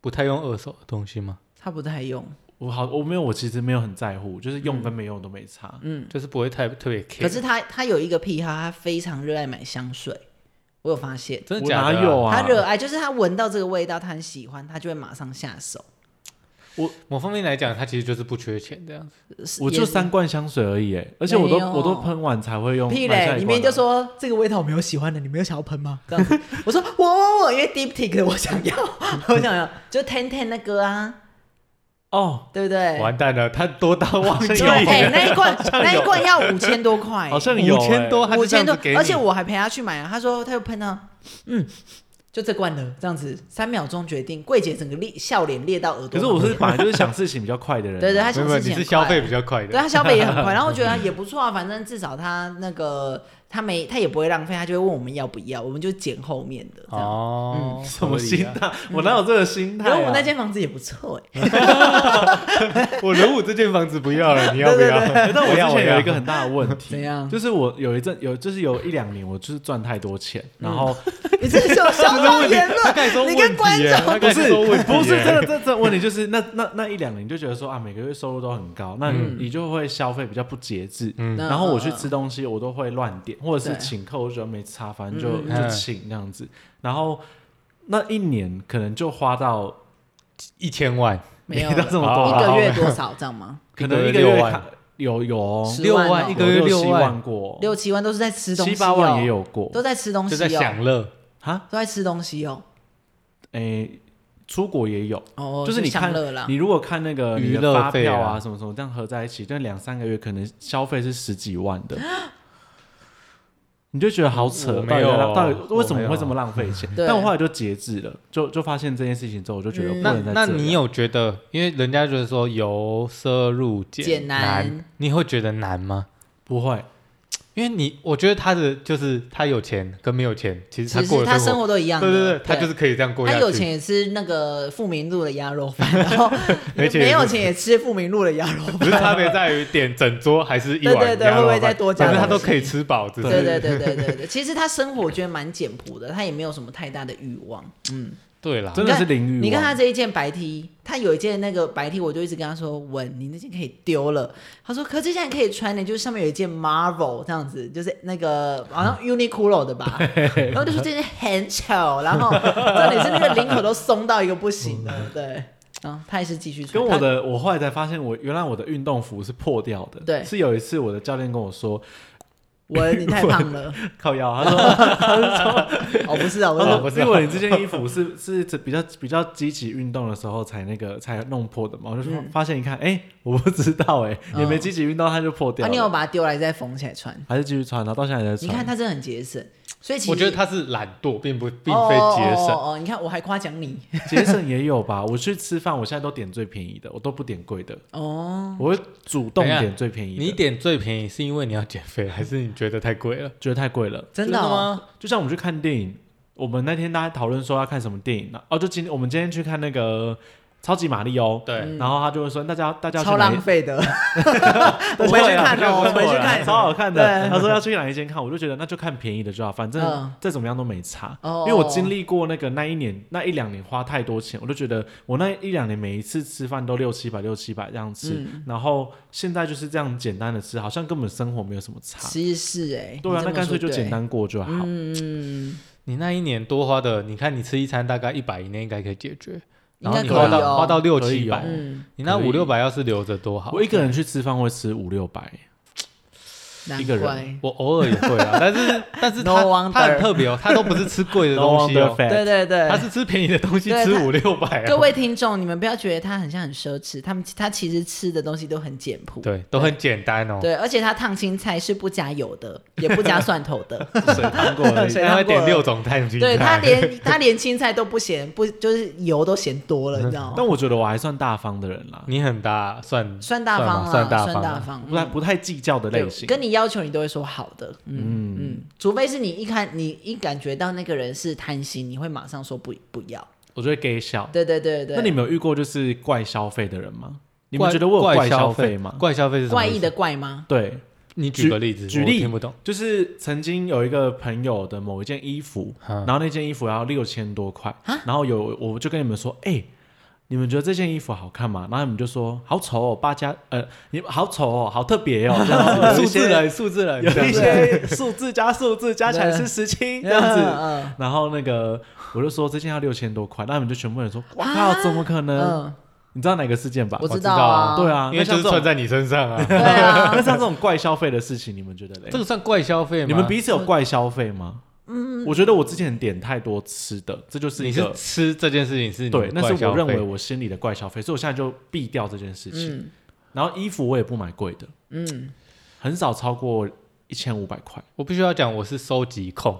[SPEAKER 1] 不太用二手的东西吗？
[SPEAKER 2] 他不太用，
[SPEAKER 3] 我好，我没有，我其实没有很在乎，就是用跟没用都没差。
[SPEAKER 2] 嗯，
[SPEAKER 1] 就是不会太特别 care。
[SPEAKER 2] 可是他他有一个癖好，他非常热爱买香水，我有发现。
[SPEAKER 1] 真的
[SPEAKER 3] 我
[SPEAKER 1] 假
[SPEAKER 3] 哪
[SPEAKER 1] 的啊？
[SPEAKER 3] 有啊？
[SPEAKER 2] 他热爱，就是他闻到这个味道，他很喜欢，他就会马上下手。
[SPEAKER 1] 某方面来讲，他其实就是不缺钱这样子。
[SPEAKER 3] 我
[SPEAKER 2] 也
[SPEAKER 3] 就三罐香水而已，哎而且我都
[SPEAKER 2] 没有
[SPEAKER 3] 我都喷完才会用。
[SPEAKER 2] 屁
[SPEAKER 3] 买下一
[SPEAKER 2] 嘞！
[SPEAKER 3] 罐啊
[SPEAKER 2] 里面就说这个味道我没有喜欢的，你没有想要喷吗？这样子，我说我我我，因为 Deep Tick 的我想要， 我想要，就 Ten Ten 那个啊，
[SPEAKER 3] 哦，
[SPEAKER 2] 对不对？
[SPEAKER 1] 完蛋了，他多到忘记
[SPEAKER 2] 对，
[SPEAKER 1] 了。
[SPEAKER 2] 哎、那一 罐那一罐要五千多块、
[SPEAKER 3] 好像有哎
[SPEAKER 1] 五千多，他
[SPEAKER 2] 五
[SPEAKER 1] 就这
[SPEAKER 2] 千
[SPEAKER 1] 样
[SPEAKER 2] 多
[SPEAKER 1] 子给，你
[SPEAKER 2] 而且我还陪他去买啊。他说他又喷到，嗯，就这罐了，这样子三秒钟决定。柜姐整个裂笑脸裂到 耳朵
[SPEAKER 3] 可
[SPEAKER 2] 旁边。
[SPEAKER 3] 是我是本来就是想事情比较快的人，啊
[SPEAKER 2] 对对，他
[SPEAKER 1] 没
[SPEAKER 2] 想
[SPEAKER 1] 有没有，
[SPEAKER 2] 事
[SPEAKER 1] 你
[SPEAKER 2] 情
[SPEAKER 1] 是
[SPEAKER 2] 很
[SPEAKER 1] 消
[SPEAKER 2] 快
[SPEAKER 1] 费比较快
[SPEAKER 2] 对
[SPEAKER 1] 的。
[SPEAKER 2] 他消费也很快，然后我觉得也不错啊，反正至少他那个他没他也不会浪费，他就会问我们要不要，我们就捡后面的 这样。嗯
[SPEAKER 1] 哦，
[SPEAKER 3] 什么心
[SPEAKER 1] 合理啊？
[SPEAKER 3] 态？我哪有这个心态
[SPEAKER 2] 然
[SPEAKER 3] 啊？
[SPEAKER 2] 后我们那间房子也不错哎、
[SPEAKER 1] 我人武这间房子不要了，你要不要？
[SPEAKER 3] 但 我
[SPEAKER 1] 要
[SPEAKER 3] 之前有一个
[SPEAKER 1] 要
[SPEAKER 3] 很大的问
[SPEAKER 2] 怎
[SPEAKER 3] 题，
[SPEAKER 2] 样？
[SPEAKER 3] 就是我有一阵有，就是有一两年，我就是赚太多钱，
[SPEAKER 2] 嗯
[SPEAKER 3] 然后
[SPEAKER 2] 你这是有 消防言
[SPEAKER 1] 他开始说
[SPEAKER 2] 论，你
[SPEAKER 1] 问
[SPEAKER 2] 跟观
[SPEAKER 1] 题耶，
[SPEAKER 2] 众
[SPEAKER 1] 他
[SPEAKER 3] 不
[SPEAKER 1] 开始
[SPEAKER 3] 是
[SPEAKER 1] 说问题耶，
[SPEAKER 3] 不是真的，这这问题就是那那那一两年就觉得说啊，每个月收入都很高，那你就会消费比较不节制。
[SPEAKER 1] 嗯
[SPEAKER 2] 嗯
[SPEAKER 3] 然后我去
[SPEAKER 2] 嗯
[SPEAKER 3] 吃东西，我都会乱点，或者
[SPEAKER 2] 对
[SPEAKER 3] 是请客，我觉得没差，反正就
[SPEAKER 1] 嗯嗯
[SPEAKER 3] 就请这样子。然后那一年可能就花到
[SPEAKER 1] 一千万，
[SPEAKER 2] 没有
[SPEAKER 3] 没到这么
[SPEAKER 1] 好
[SPEAKER 3] 多
[SPEAKER 1] 好
[SPEAKER 2] 一
[SPEAKER 1] 好
[SPEAKER 3] 啊，
[SPEAKER 2] 个月多少这样吗？
[SPEAKER 3] 可能一个
[SPEAKER 1] 一个月
[SPEAKER 3] 月
[SPEAKER 1] 六万
[SPEAKER 3] 看有有哦
[SPEAKER 2] 十
[SPEAKER 1] 六
[SPEAKER 2] 万哦
[SPEAKER 1] 万一个月
[SPEAKER 3] 有
[SPEAKER 1] 六
[SPEAKER 3] 七
[SPEAKER 1] 万，
[SPEAKER 3] 万过，
[SPEAKER 2] 六七万都是在吃东西、哦，
[SPEAKER 3] 七八万也，有过
[SPEAKER 2] 都在吃东西
[SPEAKER 1] 就在
[SPEAKER 2] 哦，
[SPEAKER 1] 享乐。
[SPEAKER 3] 啊，
[SPEAKER 2] 都在吃东西哦。
[SPEAKER 3] 诶，出国也有。
[SPEAKER 2] 哦，
[SPEAKER 3] 就是你
[SPEAKER 2] 享
[SPEAKER 3] 看
[SPEAKER 2] 乐啦，
[SPEAKER 3] 你如果看那个你
[SPEAKER 1] 娱
[SPEAKER 3] 的
[SPEAKER 1] 乐
[SPEAKER 3] 发
[SPEAKER 1] 费
[SPEAKER 3] 票
[SPEAKER 1] 啊
[SPEAKER 3] 啊什么什么，这样合在一起，但两三个月可能消费是十几万 的，你就觉得好扯，
[SPEAKER 1] 我
[SPEAKER 3] 到底在
[SPEAKER 1] 没有
[SPEAKER 3] 浪到
[SPEAKER 1] 我
[SPEAKER 3] 底为什
[SPEAKER 1] 没
[SPEAKER 3] 么
[SPEAKER 1] 有
[SPEAKER 3] 会这么浪费钱？
[SPEAKER 2] 对
[SPEAKER 3] 但我后来就节制了，就就发现这件事情之后，我就觉得
[SPEAKER 2] 嗯
[SPEAKER 3] 不
[SPEAKER 1] 那
[SPEAKER 3] 能再
[SPEAKER 1] 那
[SPEAKER 3] 这样
[SPEAKER 1] 你有觉得，因为人家就是说由奢入
[SPEAKER 2] 简
[SPEAKER 1] 俭
[SPEAKER 2] 难
[SPEAKER 1] 你会觉得难吗？
[SPEAKER 3] 不会？
[SPEAKER 1] 因为你，我觉得他的就是他有钱跟没有钱，其实
[SPEAKER 2] 其
[SPEAKER 1] 他过
[SPEAKER 2] 实
[SPEAKER 1] 的
[SPEAKER 2] 他生
[SPEAKER 1] 活，
[SPEAKER 2] 活都一样
[SPEAKER 1] 对
[SPEAKER 2] 的，
[SPEAKER 1] 对对，他就是可以这样过下
[SPEAKER 2] 他
[SPEAKER 1] 去。
[SPEAKER 2] 有钱也吃那个富民路的鸭肉饭，然后
[SPEAKER 1] 而且
[SPEAKER 2] 没有钱也吃富民路的鸭肉饭。
[SPEAKER 1] 只是差别在于点整桌还是一碗
[SPEAKER 2] 对对对
[SPEAKER 1] 鸭肉饭
[SPEAKER 2] 会不会再多加
[SPEAKER 1] 反正他
[SPEAKER 2] 东
[SPEAKER 1] 都
[SPEAKER 2] 西
[SPEAKER 1] 可以吃饱，只是
[SPEAKER 2] 对对对对对对，其实他生活我觉得蛮简朴的，他也没有什么太大的欲望。嗯，
[SPEAKER 1] 对啦。
[SPEAKER 3] 真的是淋浴
[SPEAKER 2] 你看
[SPEAKER 3] 王
[SPEAKER 2] 他这一件白 T，他有一件那个白 T，我就一直跟他说：“文，你那件可以丢了。”他说：“可这件可以穿的，就是上面有一件 Marvel 这样子，就是那个好像 Uniqlo 的吧。”然后就说这件很丑，然后重点是那个领口都松到一个不行的，对。然后他也是继续穿
[SPEAKER 3] 跟，我的，我后来才发现我，原来我的运动服是破掉的。
[SPEAKER 2] 对
[SPEAKER 3] 是有一次我的教练跟我说，
[SPEAKER 2] 文你太胖了。
[SPEAKER 3] 靠腰，啊他说
[SPEAKER 2] 哦，不是啊，
[SPEAKER 3] 他
[SPEAKER 2] 我
[SPEAKER 1] 不
[SPEAKER 3] 说
[SPEAKER 1] 是：“
[SPEAKER 3] 因为你这件衣服是是比较比较积极运动的时候才那个才弄破的嘛。”我就
[SPEAKER 2] 嗯
[SPEAKER 3] 说发现一看，哎、我不知道哎、也没积极运动，它就破
[SPEAKER 2] 那、
[SPEAKER 3] 掉
[SPEAKER 2] 嗯啊、你有
[SPEAKER 3] 了。
[SPEAKER 2] 把它丢来再缝起来穿？
[SPEAKER 3] 还是继续穿，然后到现在还在
[SPEAKER 2] 你
[SPEAKER 3] 穿。
[SPEAKER 2] 看他真的很节省，所以其实
[SPEAKER 1] 我觉得他是懒惰，并不并
[SPEAKER 2] 哦
[SPEAKER 1] 非节
[SPEAKER 2] 哦
[SPEAKER 1] 省。
[SPEAKER 2] 哦哦你看我还夸奖你
[SPEAKER 3] 节省也有吧？我去吃饭，我现在都点最便宜的，我都不点贵的，
[SPEAKER 2] 哦，
[SPEAKER 3] 我会主动
[SPEAKER 1] 等一下
[SPEAKER 3] 点最便宜的。
[SPEAKER 1] 你点最便宜是因为你要减肥，还是你觉得太贵了？
[SPEAKER 3] 觉得太贵了？
[SPEAKER 2] 真的、哦、
[SPEAKER 3] 吗？就像我们去看电影，我们那天大家讨论说要看什么电影呢？哦，就今天我们今天去看那个超级玛丽哦。
[SPEAKER 1] 对，
[SPEAKER 3] 然后他就会说：“大家，大家要去
[SPEAKER 2] 超
[SPEAKER 3] 哪一
[SPEAKER 2] 浪费 的，我
[SPEAKER 3] 我
[SPEAKER 2] 没去看哦，我没去看，
[SPEAKER 3] 超好看的。
[SPEAKER 2] 对
[SPEAKER 3] 他说要去哪一间看，我就觉得那就看便宜的就好，反正
[SPEAKER 2] 嗯
[SPEAKER 3] 再怎么样都没差。
[SPEAKER 2] 哦
[SPEAKER 3] 因为我经历过那个那一年那一两年花太多钱，我就觉得我那一两年每一次吃饭都六七百六七百这样吃，
[SPEAKER 2] 嗯
[SPEAKER 3] 然后现在就是这样简单的吃，好像根本生活没有什么差。
[SPEAKER 2] 其实是哎、
[SPEAKER 3] 对啊，
[SPEAKER 2] 你这么
[SPEAKER 3] 那干脆就
[SPEAKER 2] 说对
[SPEAKER 3] 简。单过就好。
[SPEAKER 2] 嗯，
[SPEAKER 1] 你那一年多花的，你看你吃一餐大概一百以内应该可以解决，
[SPEAKER 2] 应
[SPEAKER 1] 然后
[SPEAKER 2] 该
[SPEAKER 1] 你
[SPEAKER 2] 可
[SPEAKER 1] 花
[SPEAKER 2] 以
[SPEAKER 1] 到花
[SPEAKER 2] 哦。
[SPEAKER 1] 到六
[SPEAKER 3] 可以
[SPEAKER 1] 七百
[SPEAKER 3] 哦，
[SPEAKER 2] 嗯，
[SPEAKER 1] 你那
[SPEAKER 3] 可以
[SPEAKER 1] 五六百要是留着多好
[SPEAKER 3] 我。一个人去吃饭会吃五六百，
[SPEAKER 2] 难
[SPEAKER 3] 一个人
[SPEAKER 2] 怪。
[SPEAKER 1] 我偶尔也会 啊，但是但是
[SPEAKER 2] No
[SPEAKER 1] 他
[SPEAKER 2] wonder
[SPEAKER 1] 他很特别哦，他都不是吃贵的东西
[SPEAKER 3] No
[SPEAKER 1] 哦
[SPEAKER 3] wonder，fat
[SPEAKER 2] 对对对，
[SPEAKER 1] 他是吃便宜的东西，
[SPEAKER 2] 对
[SPEAKER 1] 吃
[SPEAKER 2] 他
[SPEAKER 1] 五六百
[SPEAKER 2] 各
[SPEAKER 1] 啊，
[SPEAKER 2] 位听众，你们不要觉得他很像很奢侈，他们他其实吃的东西都很简朴。
[SPEAKER 1] 对，都很简单哦，
[SPEAKER 2] 对而且他烫青菜是不加油的， 也不加蒜头的。
[SPEAKER 1] 水汤过而已，
[SPEAKER 2] 水
[SPEAKER 1] 但他会
[SPEAKER 2] 汤过
[SPEAKER 1] 点
[SPEAKER 2] 而已
[SPEAKER 1] 六种碳青菜，
[SPEAKER 2] 对他连 他连青菜都不嫌，不就是油都嫌多了，你知道吗
[SPEAKER 3] 但？我觉得我还算大方的人啦，
[SPEAKER 1] 你很大算
[SPEAKER 2] 算大方
[SPEAKER 1] 吗
[SPEAKER 2] 啊，
[SPEAKER 1] 算大
[SPEAKER 2] 算大
[SPEAKER 1] 啊
[SPEAKER 2] 方，
[SPEAKER 3] 不太不太计较的类
[SPEAKER 2] 对，
[SPEAKER 3] 型。
[SPEAKER 2] 跟你要求你都会说好的，嗯嗯除非是你一看你一感觉到那个人是贪心，你会马上说不不要。
[SPEAKER 3] 我就会给小。
[SPEAKER 2] 对对对对，
[SPEAKER 3] 那你们有遇过就是怪消费的人吗？你们
[SPEAKER 1] 怪
[SPEAKER 3] 觉得我有
[SPEAKER 1] 怪
[SPEAKER 3] 消
[SPEAKER 1] 费
[SPEAKER 3] 吗？
[SPEAKER 1] 怪消费是什么
[SPEAKER 2] 怪
[SPEAKER 1] 意
[SPEAKER 2] 异
[SPEAKER 1] 思
[SPEAKER 2] 的，怪吗？
[SPEAKER 3] 对，
[SPEAKER 1] 你举个例子，
[SPEAKER 3] 举
[SPEAKER 1] 我
[SPEAKER 3] 例
[SPEAKER 1] 听不 懂。
[SPEAKER 3] 就是曾经有一个朋友的某一件衣服，
[SPEAKER 1] 嗯
[SPEAKER 3] 然后那件衣服要六千多块，
[SPEAKER 1] 啊
[SPEAKER 3] 然后有我就跟你们说，哎、你们觉得这件衣服好看吗？然后你们就说好丑哦，八加呃，你好丑哦，好特别哦，这样
[SPEAKER 1] 数
[SPEAKER 3] 有一
[SPEAKER 1] 字
[SPEAKER 3] 些
[SPEAKER 1] 人，数字人，
[SPEAKER 3] 有一
[SPEAKER 1] 这样
[SPEAKER 3] 些数字加数字加起来 是十七这样
[SPEAKER 2] 嗯
[SPEAKER 3] 子。
[SPEAKER 2] 嗯
[SPEAKER 3] 然后那个我就说这件要六千多块，那你们就全部人说，哇
[SPEAKER 2] 啊
[SPEAKER 3] 靠，怎么可能？
[SPEAKER 2] 嗯，
[SPEAKER 3] 你知道哪个事件吧？
[SPEAKER 2] 我知
[SPEAKER 1] 道
[SPEAKER 2] 道
[SPEAKER 1] 啊
[SPEAKER 2] 啊，
[SPEAKER 3] 对，啊，
[SPEAKER 1] 因为
[SPEAKER 3] 那像
[SPEAKER 1] 就是
[SPEAKER 3] 这种
[SPEAKER 1] 穿在你身上啊，
[SPEAKER 2] 对 啊
[SPEAKER 3] 那，像这种怪消费的事情，你们觉得嘞
[SPEAKER 1] 这？个算怪消费吗？
[SPEAKER 3] 你们彼此有怪消费吗？嗯，我觉得我之前点太多吃的，这就是
[SPEAKER 1] 你
[SPEAKER 3] 一
[SPEAKER 1] 是
[SPEAKER 3] 个
[SPEAKER 1] 吃这件事情是你的
[SPEAKER 3] 对，那
[SPEAKER 1] 怪
[SPEAKER 3] 是
[SPEAKER 1] 消
[SPEAKER 3] 我认
[SPEAKER 1] 费
[SPEAKER 3] 为我心里的怪消费，所以我现在就避掉这件事情。
[SPEAKER 2] 嗯
[SPEAKER 3] 然后衣服我也不买贵的，
[SPEAKER 2] 嗯，
[SPEAKER 3] 很少超过一千五百块。
[SPEAKER 1] 我必须要讲，我是收集控，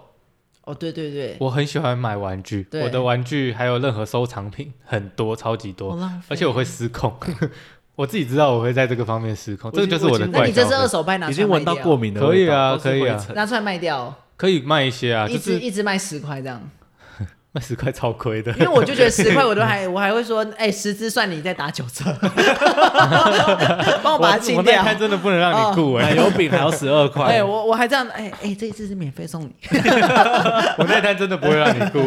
[SPEAKER 2] 哦，对对对，
[SPEAKER 1] 我很喜欢买玩具，
[SPEAKER 2] 对
[SPEAKER 1] 我的玩具还有任何收藏品很多，超级
[SPEAKER 2] 好
[SPEAKER 1] 多，
[SPEAKER 2] 浪费
[SPEAKER 1] 而且我会失控， 我自己知道我会在这个方面失控，
[SPEAKER 3] 我
[SPEAKER 1] 这个就是我的
[SPEAKER 3] 已经
[SPEAKER 2] 那
[SPEAKER 1] 怪
[SPEAKER 2] 你这
[SPEAKER 1] 消
[SPEAKER 2] 是二
[SPEAKER 1] 费。
[SPEAKER 2] 手拍拿
[SPEAKER 3] 已
[SPEAKER 2] 出来
[SPEAKER 3] 经闻
[SPEAKER 2] 卖
[SPEAKER 3] 到
[SPEAKER 2] 掉，
[SPEAKER 3] 过敏的
[SPEAKER 1] 可以啊
[SPEAKER 3] 味道
[SPEAKER 1] 可以啊
[SPEAKER 3] 都是灰尘
[SPEAKER 2] 拿出来卖掉，
[SPEAKER 1] 可以卖一些啊，
[SPEAKER 2] 一
[SPEAKER 1] 就
[SPEAKER 2] 直
[SPEAKER 1] 是
[SPEAKER 2] 一直卖十块这 样，
[SPEAKER 1] 卖十块超亏的
[SPEAKER 2] 因，为我就觉得十块我都还我还会说，哎，十支算你再打九 折，帮我把它
[SPEAKER 1] 我
[SPEAKER 2] 清
[SPEAKER 1] 我那一
[SPEAKER 2] 掉。哦
[SPEAKER 1] 摊真的不能让你顾哎、
[SPEAKER 3] 奶油饼还要十二 块
[SPEAKER 2] 哎，，我我还这样，哎哎，这一次是免费送你，
[SPEAKER 1] 我那一摊真的不会让你 顾，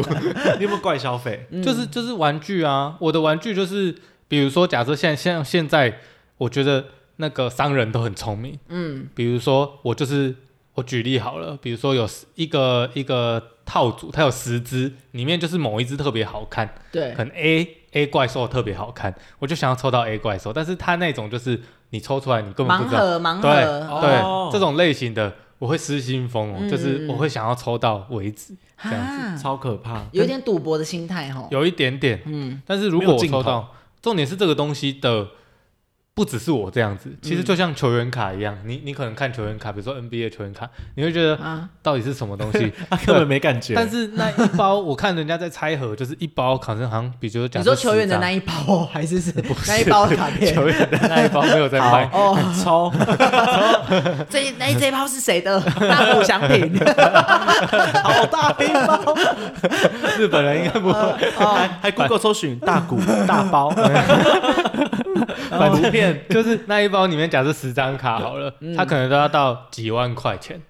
[SPEAKER 3] 你有没有怪消费？
[SPEAKER 2] 嗯
[SPEAKER 1] 就是就是玩具啊，我的玩具就是，比如说假设现在像现在，我觉得那个商人都很聪明，
[SPEAKER 2] 嗯，
[SPEAKER 1] 比如说我就是我举例好了，比如说有十一个一个套组，它有十只，里面就是某一只特别好看，
[SPEAKER 2] 对
[SPEAKER 1] 可，能 A A 怪兽特别好看，我就想要抽到 A 怪兽，但是它那种就是你抽出来你根本
[SPEAKER 2] 盲
[SPEAKER 1] 不知道，
[SPEAKER 2] 盒盲
[SPEAKER 1] 对
[SPEAKER 2] 盒，
[SPEAKER 1] 对、
[SPEAKER 3] 哦
[SPEAKER 1] 这种类型的。我会失心疯哦，
[SPEAKER 2] 嗯
[SPEAKER 1] 就是我会想要抽到为止，这样
[SPEAKER 2] 啊，
[SPEAKER 3] 超可怕。
[SPEAKER 2] 有点赌博的心态哈，
[SPEAKER 1] 有一点点。
[SPEAKER 2] 哦嗯，
[SPEAKER 1] 但是如
[SPEAKER 3] 没
[SPEAKER 1] 果
[SPEAKER 3] 有
[SPEAKER 1] 我
[SPEAKER 3] 尽头
[SPEAKER 1] 抽到，重点是这个东西的不只是我这样子，其实就像球员卡一样，你你可能看球员卡，比如说 NBA 球员卡，你会觉得
[SPEAKER 2] 啊，
[SPEAKER 1] 到底是什么东西？
[SPEAKER 3] 他根本没感觉，
[SPEAKER 1] 但是那一包，我看人家在拆盒，就是一包，好像好像，比如说假
[SPEAKER 2] 你
[SPEAKER 1] 设
[SPEAKER 2] 说球员的那
[SPEAKER 1] 一
[SPEAKER 2] 一包哦 还是是那一包的卡 片？
[SPEAKER 1] 球员的那一包没有在
[SPEAKER 3] 好
[SPEAKER 1] 卖，
[SPEAKER 2] 哦，
[SPEAKER 3] 超
[SPEAKER 2] 这那这一包是谁的？ 大补奖品， 好大一 包
[SPEAKER 1] 日本人应该不 会，
[SPEAKER 3] 还
[SPEAKER 2] 哦，
[SPEAKER 3] 还 Google 搜寻大 鼓大包反毒片，
[SPEAKER 1] 就是那一包里面假设十张卡好了，
[SPEAKER 2] 嗯
[SPEAKER 1] 他可能都要到几万块钱，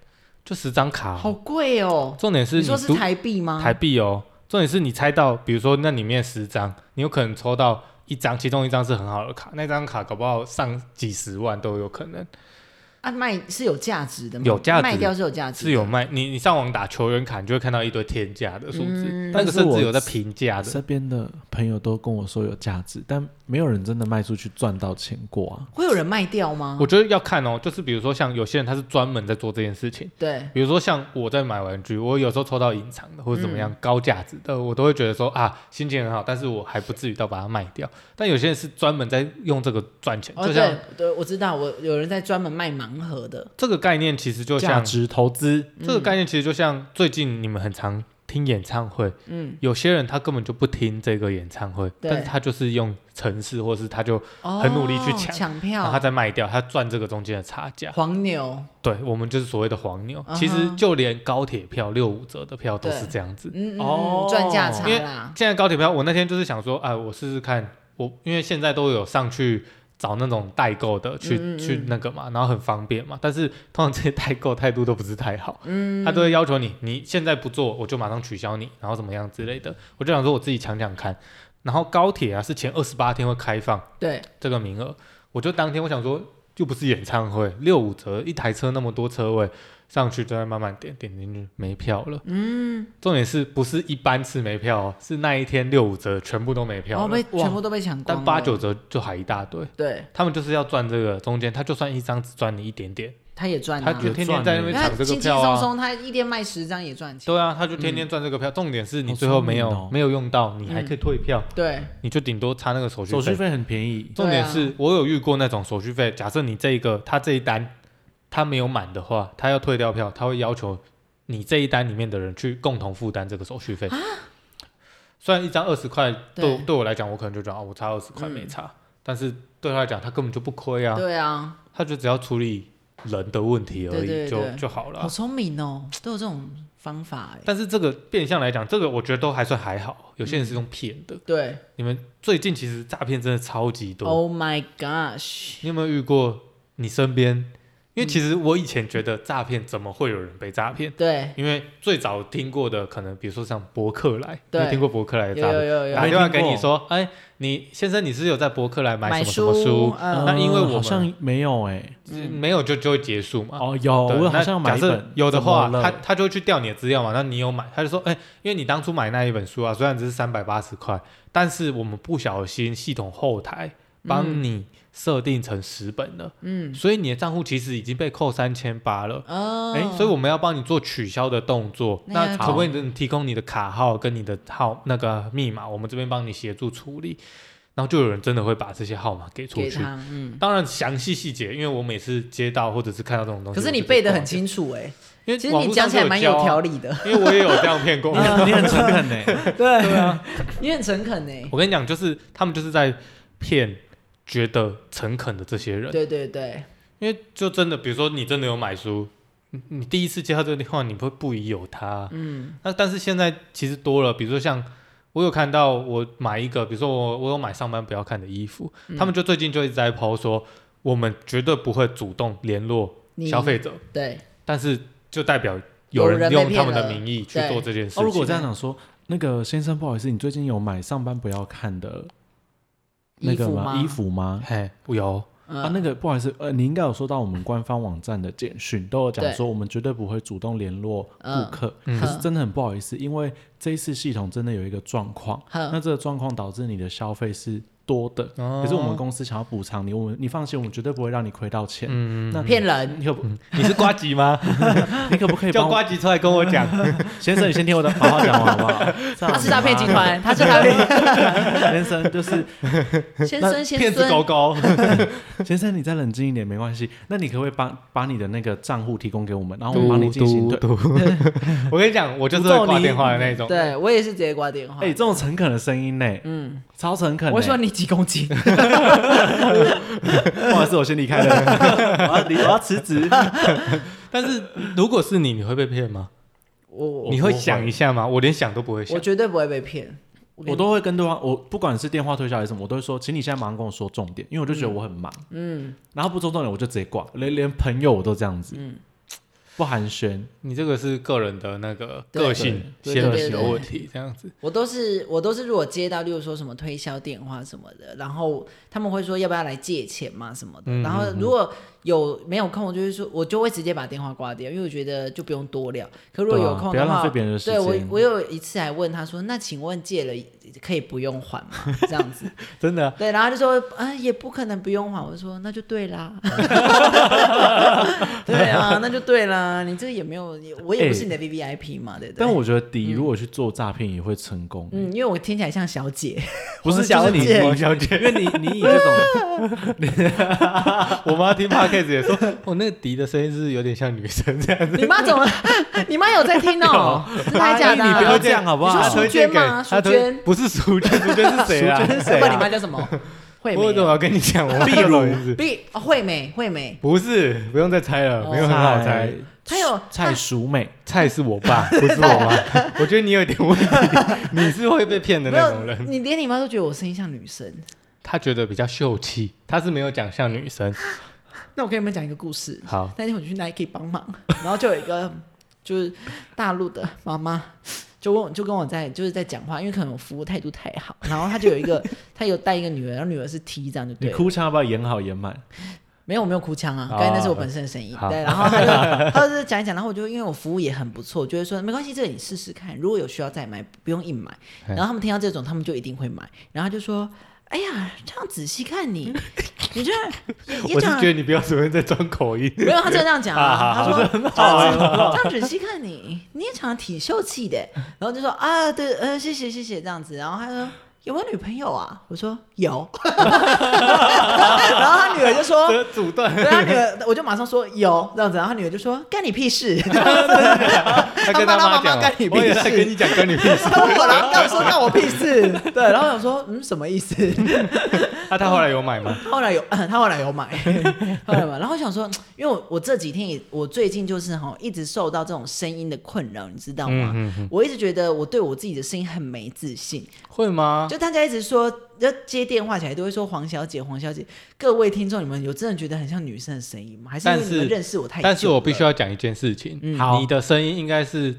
[SPEAKER 1] 就十张卡哦。
[SPEAKER 2] 好贵哦。
[SPEAKER 1] 重点是
[SPEAKER 2] 你说是
[SPEAKER 1] 读
[SPEAKER 2] 台币吗？
[SPEAKER 1] 台币哦。重点是你猜到，比如说那里面十张，你有可能抽到一张，其中一张是很好的卡，那张卡搞不好上几十万都有可能。
[SPEAKER 2] 啊，卖是有价值的吗？
[SPEAKER 1] 有价值
[SPEAKER 2] 卖掉是有价值
[SPEAKER 1] 是
[SPEAKER 2] 的，
[SPEAKER 1] 有卖你你上网打球员卡，你就会看到一堆天价的数字，
[SPEAKER 2] 嗯
[SPEAKER 1] 那个甚
[SPEAKER 3] 但是啊
[SPEAKER 1] 至
[SPEAKER 3] 我
[SPEAKER 1] 有在平价的。
[SPEAKER 3] 身边的朋友都跟我说有价值，但没有人真的卖出去赚到钱过啊。
[SPEAKER 2] 会有人卖掉吗？
[SPEAKER 1] 我觉得要看哦，就是比如说像有些人他是专门在做这件事情，
[SPEAKER 2] 对，
[SPEAKER 1] 比如说像我在买玩具，我有时候抽到隐藏的或者怎么样、
[SPEAKER 2] 嗯
[SPEAKER 1] 高价值的，我都会觉得说啊心情很好，但是我还不至于到把它卖掉。但有些人是专门在用这个赚钱，
[SPEAKER 2] 哦
[SPEAKER 1] 就像
[SPEAKER 2] 对对，我知道，我有人在专门卖盲盒的，
[SPEAKER 1] 这个概念其实就
[SPEAKER 3] 价
[SPEAKER 1] 像
[SPEAKER 3] 值投资，
[SPEAKER 1] 这个概念其实就像最近你们很常听演唱会，
[SPEAKER 2] 嗯，
[SPEAKER 1] 有些人他根本就不听这个演唱会，
[SPEAKER 2] 对
[SPEAKER 1] 但是他就是用城市，或是他就
[SPEAKER 2] 哦
[SPEAKER 1] 很努力去抢
[SPEAKER 2] 抢
[SPEAKER 1] 然后他
[SPEAKER 2] 票，
[SPEAKER 1] 再卖掉，他赚这个中间的差价。
[SPEAKER 2] 黄牛，
[SPEAKER 1] 对我们就是所谓的黄牛
[SPEAKER 2] 嗯，哼
[SPEAKER 1] 其实就连高铁票六五折的票都是
[SPEAKER 2] 对
[SPEAKER 1] 这样子。
[SPEAKER 2] 嗯嗯
[SPEAKER 3] 哦
[SPEAKER 2] 嗯，赚价差
[SPEAKER 1] 因为
[SPEAKER 2] 啦，
[SPEAKER 1] 现在高铁票，我那天就是想说，哎、我试试看，我因为现在都有上去找那种代购的去
[SPEAKER 2] 嗯嗯嗯
[SPEAKER 1] 去那个嘛，然后很方便嘛。但是通常这些代购态度都不是太好，嗯，他都会要求你，你现在不做，我就马上取消你，然后怎么样之类的。我就想说我自己抢抢看。然后高铁啊是前二十八天会开放
[SPEAKER 2] 对，
[SPEAKER 1] 这个名额，我就当天我想说。又不是演唱会，六五折一台车那么多车位，上去就在慢慢点点进去，没票了。
[SPEAKER 2] 嗯，
[SPEAKER 1] 重点是不是一班次没票哦，是那一天六五折全部都没
[SPEAKER 2] 然
[SPEAKER 1] 票
[SPEAKER 2] 后
[SPEAKER 1] 了，
[SPEAKER 2] 哦被
[SPEAKER 1] 哇
[SPEAKER 2] 全部都被抢光
[SPEAKER 1] 但
[SPEAKER 2] 了，
[SPEAKER 1] 八九折就还一大堆。
[SPEAKER 2] 对，
[SPEAKER 1] 他们就是要赚这个中间，他就算一张只赚你一点点，
[SPEAKER 2] 他也赚
[SPEAKER 1] 他
[SPEAKER 2] 啊
[SPEAKER 1] 就，天天在那
[SPEAKER 2] 因为
[SPEAKER 1] 边
[SPEAKER 2] 他
[SPEAKER 1] 抢这
[SPEAKER 2] 轻
[SPEAKER 1] 个
[SPEAKER 2] 轻
[SPEAKER 1] 票啊
[SPEAKER 2] 松。松，他一天卖十张也赚钱。
[SPEAKER 1] 对啊，他就天天赚这个票。重点是你
[SPEAKER 3] 好
[SPEAKER 1] 最后
[SPEAKER 3] 聪
[SPEAKER 1] 没
[SPEAKER 3] 明
[SPEAKER 1] 有、
[SPEAKER 3] 哦
[SPEAKER 1] 没有用到，你还
[SPEAKER 2] 嗯
[SPEAKER 1] 可以退票，
[SPEAKER 2] 对，
[SPEAKER 1] 你就顶多差那个手续
[SPEAKER 3] 手续
[SPEAKER 1] 费。
[SPEAKER 3] 费很便宜，
[SPEAKER 1] 重点
[SPEAKER 2] 对啊
[SPEAKER 1] 是我有遇过那种手续费，假设你这一个他这一单他没有满的话，他要退掉票，他会要求你这一单里面的人去共同负担这个手续费。虽然一张二十块，对我
[SPEAKER 2] 啊对嗯
[SPEAKER 1] 对我来讲，我可能就觉得哦，我差二十块没差，但是对他来讲，他根本就不亏啊，
[SPEAKER 2] 对啊，
[SPEAKER 1] 他就只要处理人的问题而已
[SPEAKER 2] 对对对
[SPEAKER 1] 就就好了啊
[SPEAKER 2] 好。聪明哦，都有这种方法哎。
[SPEAKER 1] 但是这个变相来讲，这个我觉得都还算还好，有些人是用骗的。
[SPEAKER 2] 对
[SPEAKER 1] 你们最近其实诈骗真的超级多，
[SPEAKER 2] ，Oh my gosh，
[SPEAKER 1] 你有没有遇过你身边？因
[SPEAKER 2] 嗯
[SPEAKER 1] 为其实我以前觉得诈骗怎么会有人被诈骗？
[SPEAKER 2] 对，
[SPEAKER 1] 因为最早听过的可能，比如说像博客来，你
[SPEAKER 2] 对
[SPEAKER 1] 有听过博客来的
[SPEAKER 2] 有
[SPEAKER 1] 诈
[SPEAKER 2] 有
[SPEAKER 1] 骗？
[SPEAKER 2] 有有
[SPEAKER 1] 打
[SPEAKER 3] 没
[SPEAKER 1] 电话
[SPEAKER 3] 听
[SPEAKER 1] 给你
[SPEAKER 3] 过
[SPEAKER 1] 说，哎，你先生你是有在博客来买什么什么
[SPEAKER 2] 书
[SPEAKER 1] 书，？
[SPEAKER 2] 嗯，
[SPEAKER 1] 那因为我们
[SPEAKER 3] 好像没有哎，
[SPEAKER 1] 嗯没有就就会结束嘛。
[SPEAKER 3] 哦有，
[SPEAKER 1] 对
[SPEAKER 3] 我
[SPEAKER 1] 那
[SPEAKER 3] 好像买一
[SPEAKER 1] 假设
[SPEAKER 3] 本，
[SPEAKER 1] 有的话
[SPEAKER 3] 怎，么了
[SPEAKER 1] 他他就会去调你的资料嘛。那你有买，他就说，哎、因为你当初买那一本书啊，虽然只是三百八十块，但是我们不小心系统后台帮你设定成十本了，
[SPEAKER 2] 嗯，
[SPEAKER 1] 所以你的账户其实已经被扣三千八了。
[SPEAKER 2] 哦，
[SPEAKER 1] 哎、所以我们要帮你做取消的动作，
[SPEAKER 2] 那要
[SPEAKER 1] 那可不可以你提供你的卡号跟你的号那个密码，我们这边帮你协助处理。然后就有人真的会把这些号码给出
[SPEAKER 2] 给
[SPEAKER 1] 去，
[SPEAKER 2] 他，嗯，
[SPEAKER 1] 当然详细细节，因为我每次接到或者是看到这种东西，
[SPEAKER 2] 可是你
[SPEAKER 1] 我就
[SPEAKER 2] 背的很
[SPEAKER 1] 挂掉
[SPEAKER 2] 清楚哎，
[SPEAKER 1] 因为
[SPEAKER 2] 其实你讲起来蛮有
[SPEAKER 1] 啊
[SPEAKER 2] 条 理的，
[SPEAKER 1] 理，因为我也有这样骗 过
[SPEAKER 3] 你。很你很诚恳 哎，
[SPEAKER 2] 对啊，你很诚恳哎，
[SPEAKER 1] 我跟你讲，就是他们就是在骗觉得诚恳的这些人，
[SPEAKER 2] 对对对，
[SPEAKER 1] 因为就真的，比如说你真的有买书，你你第一次接到这个电话，你会不疑有他。
[SPEAKER 2] 嗯，
[SPEAKER 1] 那但是现在其实多了，比如说像我有看到我买一个，比如说我我有买上班不要看的衣服，
[SPEAKER 3] 嗯
[SPEAKER 1] 他们就最近就一直在抛说，我们绝对不会主动联络
[SPEAKER 2] 你
[SPEAKER 1] 消费者，
[SPEAKER 2] 对
[SPEAKER 1] 但是就代表
[SPEAKER 2] 有
[SPEAKER 1] 有人
[SPEAKER 2] 人被
[SPEAKER 1] 用他
[SPEAKER 2] 骗
[SPEAKER 1] 们的
[SPEAKER 2] 了
[SPEAKER 1] 名义去
[SPEAKER 2] 对
[SPEAKER 1] 做这件事情。
[SPEAKER 3] 哦，如果这样讲说，那个先生不好意思，你最近有买上班不要看的那
[SPEAKER 2] 衣
[SPEAKER 3] 个
[SPEAKER 2] 服
[SPEAKER 3] 吗？
[SPEAKER 2] 吗？
[SPEAKER 3] 衣，服吗？
[SPEAKER 1] 嘿，有，
[SPEAKER 3] 啊，
[SPEAKER 2] 嗯，
[SPEAKER 3] 那个不好意思，呃，你应该有收到我们官方网站的简讯，都有讲
[SPEAKER 2] 对
[SPEAKER 3] 说我们绝对不会主动联络顾
[SPEAKER 2] 嗯
[SPEAKER 3] 客，
[SPEAKER 1] 嗯
[SPEAKER 3] 可是真的很不好意思，因为这一次系统真的有一个状况，
[SPEAKER 2] 哼
[SPEAKER 1] 嗯
[SPEAKER 3] 那这个状况导致你的消费是多的，可
[SPEAKER 1] 可
[SPEAKER 3] 是我们公司想要补偿你，我们你放心，我们绝对不会让你亏到钱。
[SPEAKER 1] 嗯，
[SPEAKER 3] 那
[SPEAKER 2] 骗人，
[SPEAKER 3] 你可不，
[SPEAKER 1] 你是瓜吉吗？
[SPEAKER 3] 你可不可以
[SPEAKER 1] 叫
[SPEAKER 3] 帮我？
[SPEAKER 1] 瓜吉出来跟我 讲。
[SPEAKER 3] 先生，你先听我的，好好讲完好不好？
[SPEAKER 2] 他是诈骗集团，他是诈骗，
[SPEAKER 3] 先生就是
[SPEAKER 2] 先
[SPEAKER 1] 那
[SPEAKER 2] 生 先
[SPEAKER 1] 骗子狗
[SPEAKER 2] 生，
[SPEAKER 1] 狗，
[SPEAKER 3] 先生，你再冷静一点，没关系。那你可不可以帮把你的那个账户提供给我们，然 后我们帮你进行对？
[SPEAKER 1] 我跟你讲，我就是会挂电话的那种。
[SPEAKER 2] 对我也是直接挂电话
[SPEAKER 3] 哎、，这种诚恳的声音呢，
[SPEAKER 2] 嗯，
[SPEAKER 3] 超诚恳、欸。
[SPEAKER 2] 我会说你几 公斤，
[SPEAKER 3] 不好意思，我先离开了， 我要离，我要辞职。
[SPEAKER 1] 但是如果是你，你会被骗吗？
[SPEAKER 2] 我
[SPEAKER 1] 你会想一下吗？我连想都不会想
[SPEAKER 2] 我。绝对不会被骗，
[SPEAKER 3] 我都会跟对方，我不管是电话推销还是什么，我都会说，请你现在马上跟我说重点，因为我就觉得我很忙。
[SPEAKER 2] 嗯，
[SPEAKER 3] 然后不说重点，我就直接挂，连连朋友我都这样子，
[SPEAKER 2] 嗯
[SPEAKER 3] 不寒暄。
[SPEAKER 1] 你这个是个人的那个
[SPEAKER 2] 对
[SPEAKER 1] 个性
[SPEAKER 3] 对
[SPEAKER 1] 先
[SPEAKER 3] 对对
[SPEAKER 1] 有问题，这样子。
[SPEAKER 2] 我都是我都是，如果接到，例如说什么推销电话什么的，然后他们会说要不要来借钱嘛什么的，
[SPEAKER 1] 嗯
[SPEAKER 2] 然后如果有没有空，我就会说，我就会直接把电话挂掉，因为我觉得就不用多聊。可如果
[SPEAKER 3] 对啊
[SPEAKER 2] 有空
[SPEAKER 3] 不要
[SPEAKER 2] 的
[SPEAKER 3] 浪
[SPEAKER 2] 话，
[SPEAKER 3] 费别人的时间
[SPEAKER 2] 对我我有一次还问他说，那请问借了可以不用还吗？这样子，
[SPEAKER 1] 真的啊，
[SPEAKER 2] 对，然后他就说啊也不可能不用还，我就说那就 对啦，对啊，那就对啦，你这个也没有，我也不是你的 V V I P 嘛，对不对？
[SPEAKER 3] 哎但我觉得迪如果去做诈骗也会成功，
[SPEAKER 2] 嗯，因为我听起来像小 姐。
[SPEAKER 3] 不是
[SPEAKER 2] 小
[SPEAKER 3] 就是
[SPEAKER 2] 姐
[SPEAKER 3] 你，王小姐，因为你你以这 种，
[SPEAKER 1] 我妈听 podcast 也说，我那个迪的声音是有点像女生这样子。
[SPEAKER 2] 你妈怎么？你妈有在听哦？真的还假的？
[SPEAKER 3] 阿姨你不要
[SPEAKER 2] 啊
[SPEAKER 3] 这样好不好
[SPEAKER 2] 你
[SPEAKER 1] 她
[SPEAKER 2] 说
[SPEAKER 1] 推
[SPEAKER 2] 淑
[SPEAKER 1] 荐
[SPEAKER 2] 娟
[SPEAKER 1] 给
[SPEAKER 2] 吗？淑
[SPEAKER 1] 她推
[SPEAKER 2] 娟，
[SPEAKER 1] 不是淑娟，淑娟是谁啊？
[SPEAKER 3] 淑娟是
[SPEAKER 2] 不
[SPEAKER 3] 谁啊
[SPEAKER 2] 然你妈叫什么？惠
[SPEAKER 1] 我怎么
[SPEAKER 2] 美啊。
[SPEAKER 1] 要跟你讲？我秘鲁 名字
[SPEAKER 2] 碧哦惠美，惠美，
[SPEAKER 1] 不是，不用再猜了，没有很好猜。
[SPEAKER 2] 她有
[SPEAKER 3] 蔡淑美，
[SPEAKER 1] 菜是我爸，不是我妈。我觉得你有点问题，你是会被骗的
[SPEAKER 2] 没
[SPEAKER 1] 那种
[SPEAKER 2] 有？
[SPEAKER 1] 人。
[SPEAKER 2] 你连你妈都觉得我声音像女生。
[SPEAKER 1] 他觉得比较秀气，他是没有讲像女 生。
[SPEAKER 2] 那我跟你们讲一个故事。
[SPEAKER 1] 好，
[SPEAKER 2] 那天我去 Nike 帮忙， 然后就有一个就是大陆的妈妈，就问我就跟我在就是在讲话，因为可能我服务态度太好，然后她就有 一个她有带一个女儿，然后女儿是 T 这样就对
[SPEAKER 3] 你
[SPEAKER 2] 了。
[SPEAKER 3] 哭腔要不要演好演 满？
[SPEAKER 2] 没有，我没有哭腔啊，
[SPEAKER 1] 哦
[SPEAKER 2] 刚才那是我本身的声音。
[SPEAKER 1] 好
[SPEAKER 2] 对，然后他就他就是讲一讲，然后我就因为我服务也很不错，我就会说没关系，这个你试试看，如果有需要再买，不用硬买。
[SPEAKER 1] 嘿
[SPEAKER 2] 然后他们听到这种，他们就一定会买。然后他就说：“哎呀，这样仔细看你，你觉得也也
[SPEAKER 1] 我是
[SPEAKER 2] 讲
[SPEAKER 1] 觉得你不要随便再装口音。
[SPEAKER 2] 没有，他真的这样讲啊。他
[SPEAKER 1] 啊
[SPEAKER 2] 说：“ 这样仔细看你，你也长得挺秀气的。”然后就说：“啊，对，呃，谢谢，谢谢，这样子。”然后他说：“有没有女朋友啊？”我说：“有。”然后他女儿就说：“
[SPEAKER 1] 这阻断，
[SPEAKER 2] 对他女儿，我就马上说有这样子，然后他女儿就说干你屁事，
[SPEAKER 1] 他跟
[SPEAKER 2] 他妈
[SPEAKER 1] 妈
[SPEAKER 2] 妈
[SPEAKER 1] 讲哦，
[SPEAKER 2] 干你屁
[SPEAKER 1] 我以为他
[SPEAKER 2] 事
[SPEAKER 1] 跟你讲关你屁事。
[SPEAKER 2] 我然后告诉干我屁事，对，然后我想说嗯什么意思？
[SPEAKER 1] 那啊他后来有买 吗？
[SPEAKER 2] 后来有 他后来有买， 后来有买，然后我想说，因为我我这几天也我最近就是哈一直受到这种声音的困扰，你知道吗？
[SPEAKER 1] 嗯嗯嗯
[SPEAKER 2] 我一直觉得我对我自己的声音很没自信，
[SPEAKER 1] 会吗？
[SPEAKER 2] 就大家一直说，要接电话起来都会说黄小姐，黄小姐。各位听众，你们有真的觉得很像女生的声音吗？还是因为
[SPEAKER 1] 但是
[SPEAKER 2] 你们认识我太久了？
[SPEAKER 1] 但是我必须要讲一件事情，
[SPEAKER 2] 嗯
[SPEAKER 3] 好
[SPEAKER 1] 你的声音应该是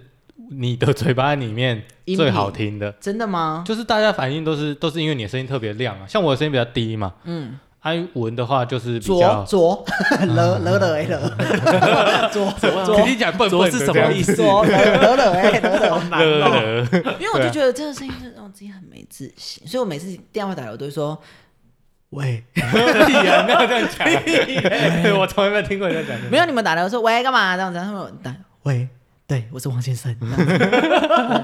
[SPEAKER 1] 你的嘴巴里面
[SPEAKER 2] 音频
[SPEAKER 1] 最好听的，
[SPEAKER 2] 真的吗？
[SPEAKER 1] 就是大家反应都是都是因为你的声音特别亮啊，像我的声音比较低嘛，嗯，安文的话就是比
[SPEAKER 2] 左
[SPEAKER 1] 较，
[SPEAKER 2] 左 了了了哎了，左
[SPEAKER 1] 直
[SPEAKER 2] 左
[SPEAKER 1] 接讲笨
[SPEAKER 3] 左
[SPEAKER 1] 笨
[SPEAKER 3] 是
[SPEAKER 1] 的
[SPEAKER 3] 什
[SPEAKER 1] 这
[SPEAKER 3] 么
[SPEAKER 1] 样
[SPEAKER 3] 意思？哦
[SPEAKER 2] 左了了哎了了，
[SPEAKER 1] 乐乐
[SPEAKER 2] 因为我就觉得这个声音真的让我自己很没自信，所以我每次电话打来我都会说喂，
[SPEAKER 1] 屁啊，没有这样
[SPEAKER 2] 啊
[SPEAKER 1] 讲，我从来没有听过人家讲这个。
[SPEAKER 2] 没有你们打来我说喂干嘛这样子，他们打 喂。对，我是王先生，这样子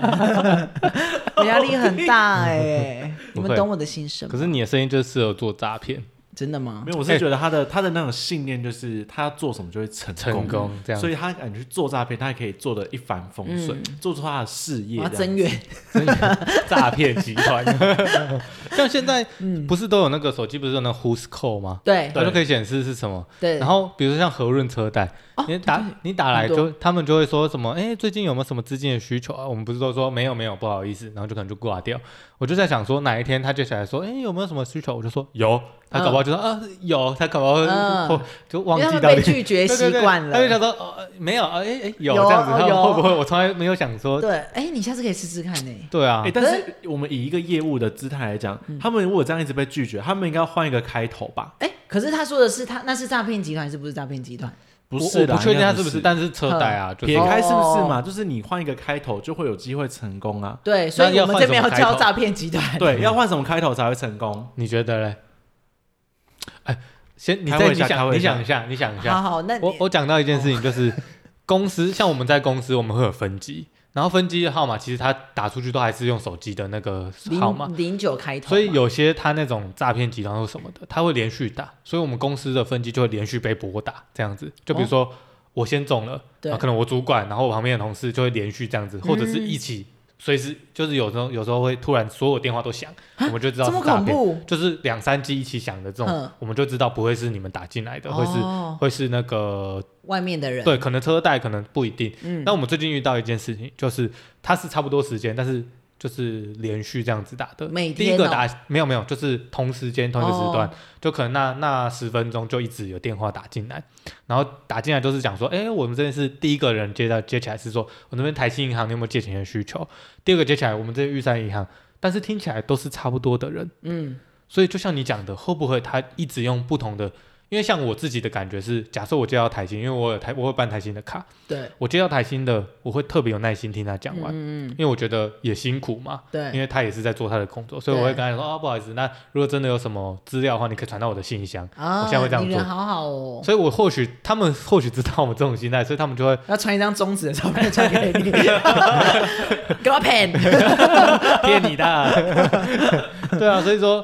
[SPEAKER 2] 我 压力很大哎、你们
[SPEAKER 1] 不会
[SPEAKER 2] 懂我的心声吗
[SPEAKER 1] 可是你的声音就适合做诈骗，
[SPEAKER 2] 真的吗
[SPEAKER 3] 没？有，我
[SPEAKER 1] 哎
[SPEAKER 3] 是觉得他的他的那种信念就是他做什么就会成
[SPEAKER 1] 成功这样
[SPEAKER 3] 所以他敢去做诈骗，他也可以做的一帆风顺，做出他的事业
[SPEAKER 2] 我要
[SPEAKER 3] 这样。
[SPEAKER 2] 增援，
[SPEAKER 1] 真的诈骗集团。 像现在不是都有那个手机不是有那个 Who's Call 吗？
[SPEAKER 2] 嗯对
[SPEAKER 1] 它就可以显示是什么。
[SPEAKER 2] 对，哦
[SPEAKER 1] 然后比如说像和润车贷，你打你打来
[SPEAKER 2] 很多
[SPEAKER 1] 就他们就会说什么，哎，最近有没有什么资金的需求啊？我们不是都说没有没有，不好意思，然后就可能就挂掉。我就在想说哪一天他接下来说，哎，有没有什么需求？我就说有，他搞不好就说啊有，他搞不好
[SPEAKER 2] 嗯
[SPEAKER 1] 会就忘
[SPEAKER 2] 因为他
[SPEAKER 1] 记到
[SPEAKER 2] 们被
[SPEAKER 1] 底。
[SPEAKER 2] 拒
[SPEAKER 1] 对
[SPEAKER 2] 绝习
[SPEAKER 1] 对对
[SPEAKER 2] 惯了
[SPEAKER 1] 他就。想说哦呃没有，哎哎有
[SPEAKER 2] 有
[SPEAKER 1] 这样子，
[SPEAKER 2] 哦
[SPEAKER 1] 他
[SPEAKER 2] 有
[SPEAKER 1] 会不会？我从来没有想说，
[SPEAKER 2] 对，哎，你下次可以试试看欸呢。
[SPEAKER 1] 对啊
[SPEAKER 3] 哎、，但是我们以一个业务的姿态来讲，他们如果这样一直被拒绝，他们应该换一个开头吧？
[SPEAKER 2] 哎，可是他说的是他那是诈骗集团，是不是诈骗集团？
[SPEAKER 3] 不
[SPEAKER 1] 我
[SPEAKER 3] 是嗯
[SPEAKER 1] 我
[SPEAKER 3] 啦，
[SPEAKER 1] 不确定
[SPEAKER 3] 应该
[SPEAKER 1] 他
[SPEAKER 3] 不
[SPEAKER 1] 是不是，但是车贷啊，就是
[SPEAKER 3] 撇开是不是嘛？就是你换一个开头，就会有机会成功啊。
[SPEAKER 2] 对，所以
[SPEAKER 1] 那要
[SPEAKER 2] 我们这边要
[SPEAKER 1] 换什么
[SPEAKER 2] 叫
[SPEAKER 1] 开头
[SPEAKER 2] 诈骗集团。
[SPEAKER 3] 对，要换什么开头才会成功？
[SPEAKER 1] 你觉得嘞？哎，先你
[SPEAKER 3] 开
[SPEAKER 1] 再
[SPEAKER 3] 会
[SPEAKER 1] 你
[SPEAKER 3] 一下开
[SPEAKER 1] 想
[SPEAKER 3] 会
[SPEAKER 1] 你
[SPEAKER 3] 一下
[SPEAKER 1] 想一下，你想一
[SPEAKER 2] 好
[SPEAKER 1] 下。
[SPEAKER 2] 好，那
[SPEAKER 1] 我
[SPEAKER 2] 你
[SPEAKER 1] 我讲到一件事情，就是公司 像我们在公司，我们会有分机，然后分机的号码其实他打出去都还是用手机的那个号码，
[SPEAKER 2] 零零九开头嘛，
[SPEAKER 1] 所以有些他那种诈骗集团或什么的，他会连续打，所以我们公司的分机就会连续被拨打这样子。就比如说、我先中了，
[SPEAKER 2] 哦
[SPEAKER 1] 啊
[SPEAKER 2] 对
[SPEAKER 1] 然后可能我主管，然后我旁边的同事就会连续这样子，或者是
[SPEAKER 2] 嗯
[SPEAKER 1] 一起随时就是有时候有时候会突然所有电话都响，我们就知道
[SPEAKER 2] 啊这
[SPEAKER 1] 是
[SPEAKER 2] 么
[SPEAKER 1] 诈
[SPEAKER 2] 恐
[SPEAKER 1] 骗。
[SPEAKER 2] 怖，
[SPEAKER 1] 就是两三机一起响的这种
[SPEAKER 2] 嗯，
[SPEAKER 1] 我们就知道不会是你们打进来的，会是
[SPEAKER 2] 哦
[SPEAKER 1] 会是那个
[SPEAKER 2] 外面的人。
[SPEAKER 1] 对，可能车贷可能不一定。
[SPEAKER 2] 嗯
[SPEAKER 1] 那我们最近遇到一件事情，就是它是差不多时间，但是就是连续这样子打的。
[SPEAKER 2] 每
[SPEAKER 1] 第一
[SPEAKER 2] 天
[SPEAKER 1] 个
[SPEAKER 2] 哦
[SPEAKER 1] 打啊没有没有，就是同时间同一个时段，
[SPEAKER 2] 哦
[SPEAKER 1] 就可能那那十分钟就一直有电话打进来，然后打进来就是讲说，哎，我们这边是第一个人接到接起来是说，我那边台新银行你有没有借钱的需求？第二个接起来我们这边玉山银行，但是听起来都是差不多的人，
[SPEAKER 2] 嗯，
[SPEAKER 1] 所以就像你讲的，会不会他一直用不同的？因为像我自己的感觉是，假设我接到台新，因为我有台我有办台新的卡，
[SPEAKER 2] 对，
[SPEAKER 1] 我接到台新的，我会特别有耐心听他讲完，
[SPEAKER 2] 嗯嗯，
[SPEAKER 1] 因为我觉得也辛苦嘛，因
[SPEAKER 2] 对，
[SPEAKER 1] 为他也是在做他的工作，所以我会跟他讲说，哦，不好意思，那如果真的有什么资料的话，你可以传到我的信箱。
[SPEAKER 2] 啊，
[SPEAKER 1] 我现在会这样
[SPEAKER 2] 你
[SPEAKER 1] 做
[SPEAKER 2] 人好好哦，
[SPEAKER 1] 所以我或许他们或许知道我们这种心态，所以他们 就会
[SPEAKER 2] 要传一张中指的照片传给 你， 给我 pen，
[SPEAKER 1] 骗你 的。啊对啊，所以说，